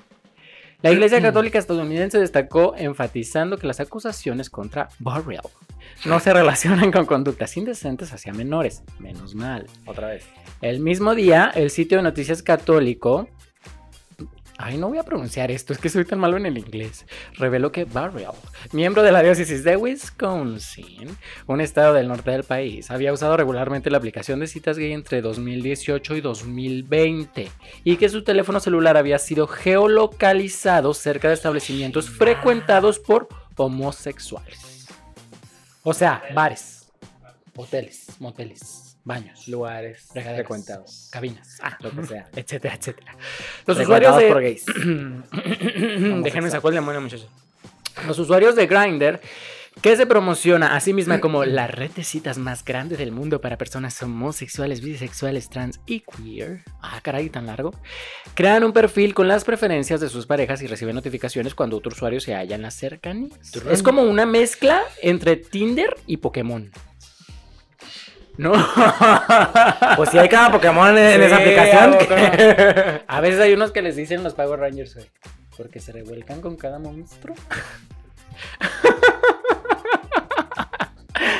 Speaker 2: La Iglesia Católica estadounidense destacó enfatizando que las acusaciones contra Burrell no se relacionan con conductas indecentes hacia menores. Menos mal.
Speaker 1: Otra vez.
Speaker 2: El mismo día, el sitio de noticias católico. Ay, no voy a pronunciar esto, es que soy tan malo en el inglés. Reveló que Burrell, miembro de la diócesis de Wisconsin, un estado del norte del país, había usado regularmente la aplicación de citas gay entre 2018 y 2020 y que su teléfono celular había sido geolocalizado cerca de establecimientos frecuentados por homosexuales. O sea, bares, hoteles, moteles, baños,
Speaker 1: Lugares
Speaker 2: Regaderas.
Speaker 1: frecuentados.
Speaker 2: cabinas, ah,
Speaker 1: Lo que sea.
Speaker 2: etcétera, etcétera. Los usuarios
Speaker 1: Frecuentados por
Speaker 2: de...
Speaker 1: gays.
Speaker 2: Déjenme sacar el demonio, muchachos. Los usuarios de Grindr, que se promociona a sí misma como la red de citas más grande del mundo para personas homosexuales, bisexuales, trans y queer. Ah, caray, tan largo. Crean un perfil con las preferencias de sus parejas y reciben notificaciones cuando otro usuario se halla en las cercanías.
Speaker 1: Turrón.
Speaker 2: Es como una mezcla entre Tinder y Pokémon. No.
Speaker 1: Pues si hay cada Pokémon en, en esa
Speaker 2: Sí,
Speaker 1: aplicación.
Speaker 2: a
Speaker 1: que-
Speaker 2: poco. A veces hay unos que les dicen los Power Rangers, güey. Porque se revuelcan con cada monstruo.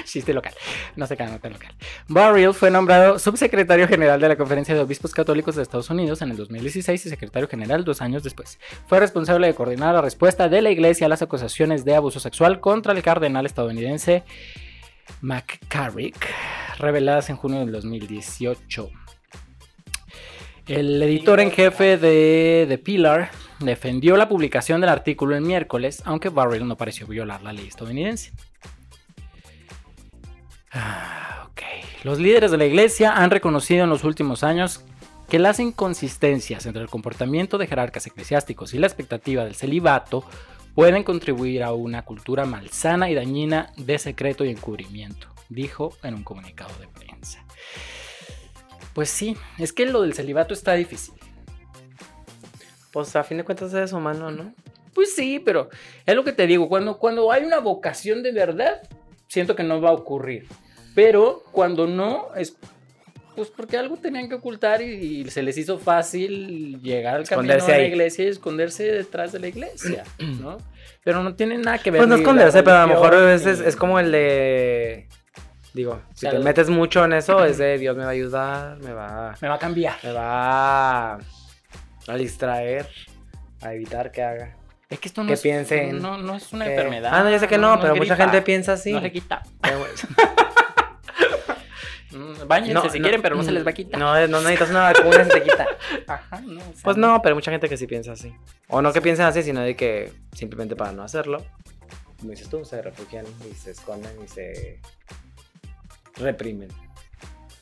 Speaker 2: Chiste local. No se nota local. Barrill fue nombrado subsecretario general de la Conferencia de Obispos Católicos de Estados Unidos en el 2016 y secretario general dos años después. Fue responsable de coordinar la respuesta de la Iglesia a las acusaciones de abuso sexual contra el cardenal estadounidense McCarrick, reveladas en junio del 2018. El editor en jefe de The Pillar defendió la publicación del artículo el miércoles, aunque Barrell no pareció violar la ley estadounidense. Ah, ok. Los líderes de la iglesia han reconocido en los últimos años que las inconsistencias entre el comportamiento de jerarcas eclesiásticos y la expectativa del celibato pueden contribuir a una cultura malsana y dañina de secreto y encubrimiento, dijo en un comunicado de prensa. Pues sí, es que lo del celibato está difícil.
Speaker 1: Pues a fin de cuentas eres humano, ¿no?
Speaker 2: Pues sí, pero es lo que te digo, cuando, cuando hay una vocación de verdad, siento que no va a ocurrir. Pero cuando no, es pues porque algo tenían que ocultar y, y se les hizo fácil llegar al camino
Speaker 1: Esconderse
Speaker 2: de la
Speaker 1: ahí.
Speaker 2: iglesia y esconderse detrás de la iglesia, ¿no? Pero no tiene nada que ver.
Speaker 1: Pues no
Speaker 2: ni la
Speaker 1: esconderse, pero a lo mejor
Speaker 2: religión,
Speaker 1: es, es,
Speaker 2: ni-
Speaker 1: es como el de. Digo, si
Speaker 2: sea,
Speaker 1: te
Speaker 2: el-
Speaker 1: metes mucho en eso, es de Dios me va a ayudar, me va,
Speaker 2: Me va a cambiar.
Speaker 1: me va a distraer, a evitar que haga.
Speaker 2: Es que esto no
Speaker 1: Que
Speaker 2: es,
Speaker 1: piensen
Speaker 2: no, no es una
Speaker 1: que-
Speaker 2: enfermedad.
Speaker 1: Ah, no, ya sé que no,
Speaker 2: es
Speaker 1: pero mucha
Speaker 2: gripa,
Speaker 1: gente piensa así.
Speaker 2: No se quita.
Speaker 1: No,
Speaker 2: Mm, Báñense si quieren, pero no se les va a quitar.
Speaker 1: No, eh, no necesitas una vacuna, se te quita.
Speaker 2: Ajá, no, o sea,
Speaker 1: Pues no, pero mucha gente que sí piensa así. O no que piensen así, sino de que simplemente para no hacerlo, como dices tú, se refugian y se esconden y se reprimen.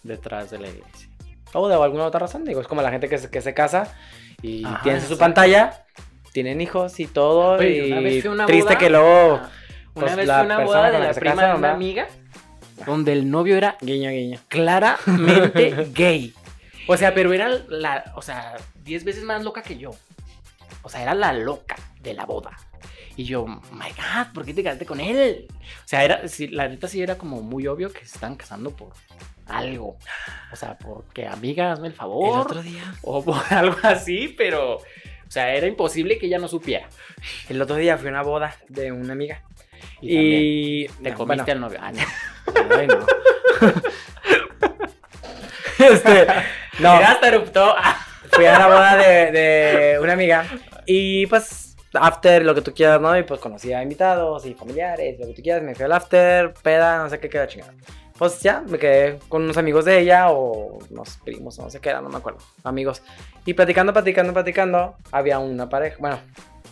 Speaker 2: Detrás de la iglesia.
Speaker 1: O de alguna otra razón, digo, es como la gente que se, que se casa y
Speaker 2: Ajá,
Speaker 1: tiene su
Speaker 2: exacto.
Speaker 1: pantalla, tienen hijos y todo,
Speaker 2: Oye, una
Speaker 1: y
Speaker 2: vez fui a una
Speaker 1: triste
Speaker 2: boda.
Speaker 1: que luego...
Speaker 2: Ah, Una
Speaker 1: pues,
Speaker 2: vez
Speaker 1: la
Speaker 2: fue una
Speaker 1: persona
Speaker 2: boda de
Speaker 1: con la
Speaker 2: la
Speaker 1: que se
Speaker 2: prima de
Speaker 1: casaron,
Speaker 2: una
Speaker 1: ¿verdad?
Speaker 2: amiga donde el novio era
Speaker 1: Guiño, guiño.
Speaker 2: claramente gay. O sea, pero era la, o sea, 10 veces más loca que yo. O sea, era la loca de la boda. Y yo, my God, ¿por qué te casaste con él? O sea, era, sí, la neta sí era como muy obvio que se estaban casando por algo. O sea, porque amiga, hazme el favor.
Speaker 1: día.
Speaker 2: O por algo así, pero, o sea, era imposible que ella no supiera.
Speaker 1: El otro día fui a una boda de una amiga.
Speaker 2: Y,
Speaker 1: Y,
Speaker 2: también te
Speaker 1: no,
Speaker 2: comiste
Speaker 1: bueno,
Speaker 2: al novio. Ah, no.
Speaker 1: ay, no. este, no, Este,
Speaker 2: Mira, hasta eruptó. Ah,
Speaker 1: fui a una boda de, de una amiga Y pues, after, lo que tú quieras, ¿no? Y pues conocí a invitados y familiares, lo que tú quieras. Me fui al after, peda, no sé qué queda chingada. Pues ya, me quedé con unos amigos de ella o unos primos, no sé qué eran, no me acuerdo. Amigos. Y platicando, platicando, platicando, había una pareja. Bueno,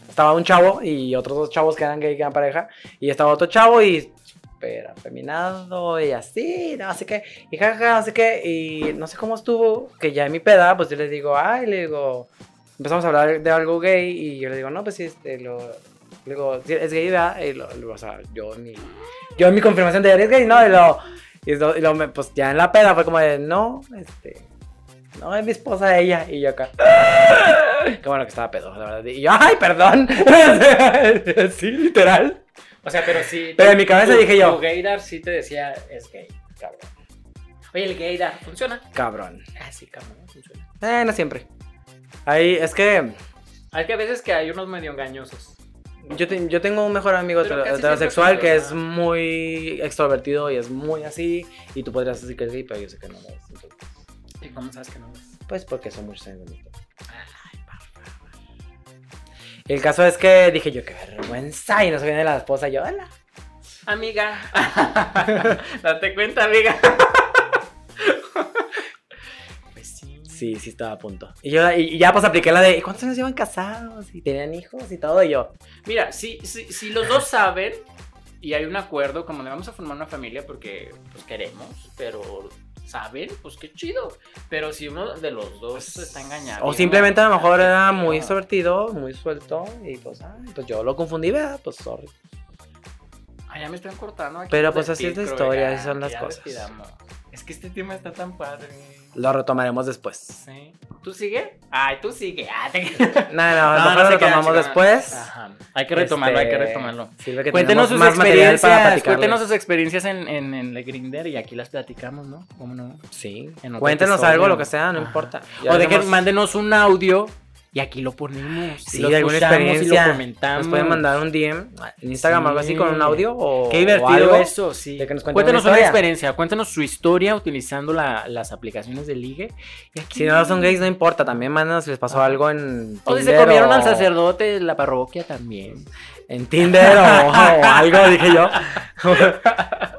Speaker 1: estaba un chavo y otros dos chavos que eran gay, que eran pareja. Y estaba otro chavo y pero afeminado y así, no sé qué, y jaja, no sé qué, y no sé cómo estuvo, que ya en mi peda, pues yo les digo, ay, le digo, empezamos a hablar de algo gay, y yo le digo, no, pues sí, este, lo, le digo, sí, es gay, ¿verdad? Y lo, lo- o sea, yo en mi, yo en mi confirmación de, eres gay, no, y lo, y lo, y lo me- pues ya en la peda fue como de, no, este, no, es mi esposa ella, y yo acá, qué bueno que estaba pedo, la verdad, y yo, ay, perdón, sí, literal.
Speaker 2: O sea, pero sí.
Speaker 1: Pero
Speaker 2: tu-
Speaker 1: en mi cabeza
Speaker 2: tu-
Speaker 1: dije yo.
Speaker 2: Tu gaydar sí te decía es gay, cabrón. Oye, el gaydar funciona.
Speaker 1: Cabrón.
Speaker 2: Ah, sí, cabrón, funciona.
Speaker 1: Eh, no siempre. Ahí, es que
Speaker 2: Hay que a veces que hay unos medio engañosos.
Speaker 1: yo, te- yo tengo un mejor amigo
Speaker 2: Pero
Speaker 1: hetero-
Speaker 2: casi
Speaker 1: heterosexual
Speaker 2: siempre
Speaker 1: que es
Speaker 2: funciona.
Speaker 1: muy extrovertido y es muy así. Y tú podrías decir que es gay, pero yo sé que no lo es. entonces,
Speaker 2: ¿Y cómo sabes que no es?
Speaker 1: pues porque son muchos años de amistad. El caso es que dije yo, qué vergüenza. Y nos viene la esposa y yo, hola.
Speaker 2: Amiga. Date cuenta, amiga. pues sí.
Speaker 1: Sí, sí estaba a punto. Y yo y y ya pues apliqué la de, "¿Y ¿cuántos años llevan casados? Y tenían hijos y todo. Y yo,
Speaker 2: Mira, si, si, si los dos saben y hay un acuerdo, como le vamos a formar una familia porque pues, queremos, pero saben, pues qué chido. Pero si uno de los dos está engañado. pues,
Speaker 1: O simplemente a lo mejor era muy extrovertido, muy suelto. Y pues, ay, pues yo lo confundí, ¿verdad? Pues sorry.
Speaker 2: Ah, ya me están cortando aquí.
Speaker 1: Pero,
Speaker 2: de
Speaker 1: pues, así es la
Speaker 2: Pete,
Speaker 1: historia,
Speaker 2: Croega,
Speaker 1: así son las
Speaker 2: ya
Speaker 1: cosas.
Speaker 2: despidamos. Es que este tema está tan padre.
Speaker 1: Lo retomaremos después.
Speaker 2: Sí. ¿Tú sigue? Ay, tú sigue. Ah, te-
Speaker 1: No, no,
Speaker 2: No,
Speaker 1: mejor
Speaker 2: no
Speaker 1: lo
Speaker 2: se queda,
Speaker 1: retomamos
Speaker 2: chicos.
Speaker 1: después.
Speaker 2: Ajá. Hay que retomarlo, hay
Speaker 1: Este,
Speaker 2: que retomarlo.
Speaker 1: Sirve que
Speaker 2: Cuéntenos
Speaker 1: tenemos
Speaker 2: sus,
Speaker 1: más material para
Speaker 2: experiencias,
Speaker 1: platicarles.
Speaker 2: cuéntenos sus experiencias en, en, en el Grinder y aquí las platicamos, ¿no? ¿Cómo no?
Speaker 1: Sí.
Speaker 2: en otro
Speaker 1: Cuéntenos
Speaker 2: episodio.
Speaker 1: algo, lo que sea, no
Speaker 2: Ajá.
Speaker 1: importa.
Speaker 2: o de que
Speaker 1: veremos.
Speaker 2: mándenos un audio y aquí lo ponemos. y
Speaker 1: Sí,
Speaker 2: lo
Speaker 1: de alguna
Speaker 2: escuchamos Y
Speaker 1: experiencia.
Speaker 2: lo comentamos.
Speaker 1: Nos pueden mandar un DM en Instagram o algo así
Speaker 2: Sí.
Speaker 1: con un audio o.
Speaker 2: Qué
Speaker 1: o algo.
Speaker 2: divertido eso, sí.
Speaker 1: de que nos cuenten
Speaker 2: cuéntenos
Speaker 1: una
Speaker 2: una,
Speaker 1: historia.
Speaker 2: experiencia, cuéntenos su historia utilizando la- las aplicaciones de ligue. Y aquí-
Speaker 1: Si no son gays, no importa. También mándenos si les pasó
Speaker 2: Ajá.
Speaker 1: algo en.
Speaker 2: O si se
Speaker 1: Tinder
Speaker 2: comieron
Speaker 1: o-
Speaker 2: al sacerdote de la parroquia también.
Speaker 1: En Tinder o, o algo, dije yo.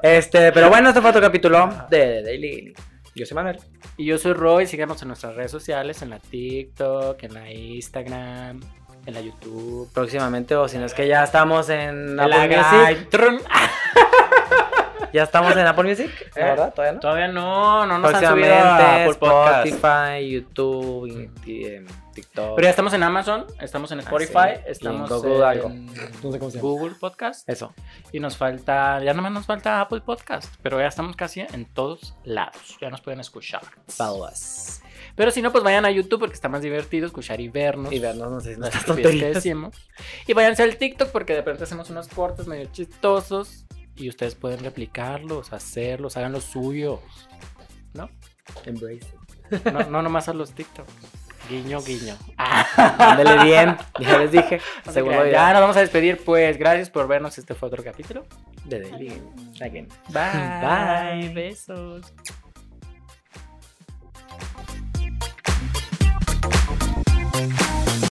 Speaker 1: este, pero bueno, este fue otro capítulo de Daily. Yo soy Manuel.
Speaker 2: Y yo soy Roy, síganos en nuestras redes sociales, en la TikTok, en la Instagram, en la YouTube.
Speaker 1: próximamente o si no es que ya estamos en
Speaker 2: en la
Speaker 1: Apple Music.
Speaker 2: Gaitron. Ah,
Speaker 1: Ya estamos en Apple Music, la
Speaker 2: ¿Eh?
Speaker 1: verdad, todavía no.
Speaker 2: Todavía no, no nos han subido a
Speaker 1: Próximamente
Speaker 2: Apple Podcast.
Speaker 1: Spotify, YouTube, y- y, em, TikTok.
Speaker 2: Pero ya estamos en Amazon, estamos en Spotify,
Speaker 1: Ah, sí.
Speaker 2: estamos
Speaker 1: Y en Google algo. No sé cómo se llama.
Speaker 2: Google Podcast
Speaker 1: Eso.
Speaker 2: y nos falta, ya nomás nos falta Apple Podcast, pero ya estamos casi en todos lados, ya nos pueden escuchar.
Speaker 1: Saludos.
Speaker 2: Pero si no, pues vayan a YouTube porque está más divertido escuchar y vernos.
Speaker 1: Y vernos, no sé si
Speaker 2: las
Speaker 1: nuestras
Speaker 2: estupideces que
Speaker 1: tonterías.
Speaker 2: decimos. Y váyanse al TikTok porque de pronto hacemos unos cortes medio chistosos y ustedes pueden replicarlos, hacerlos, hagan los suyos.
Speaker 1: Embrace.
Speaker 2: No, no nomás a los TikTok. Guiño, guiño. Ah,
Speaker 1: Ándale bien, ya les dije.
Speaker 2: No se
Speaker 1: Segundo
Speaker 2: crean.
Speaker 1: video.
Speaker 2: ya nos vamos a despedir, pues. Gracias por vernos. Este fue otro capítulo.
Speaker 1: De Daily. Again.
Speaker 2: Bye.
Speaker 1: Bye.
Speaker 2: Besos.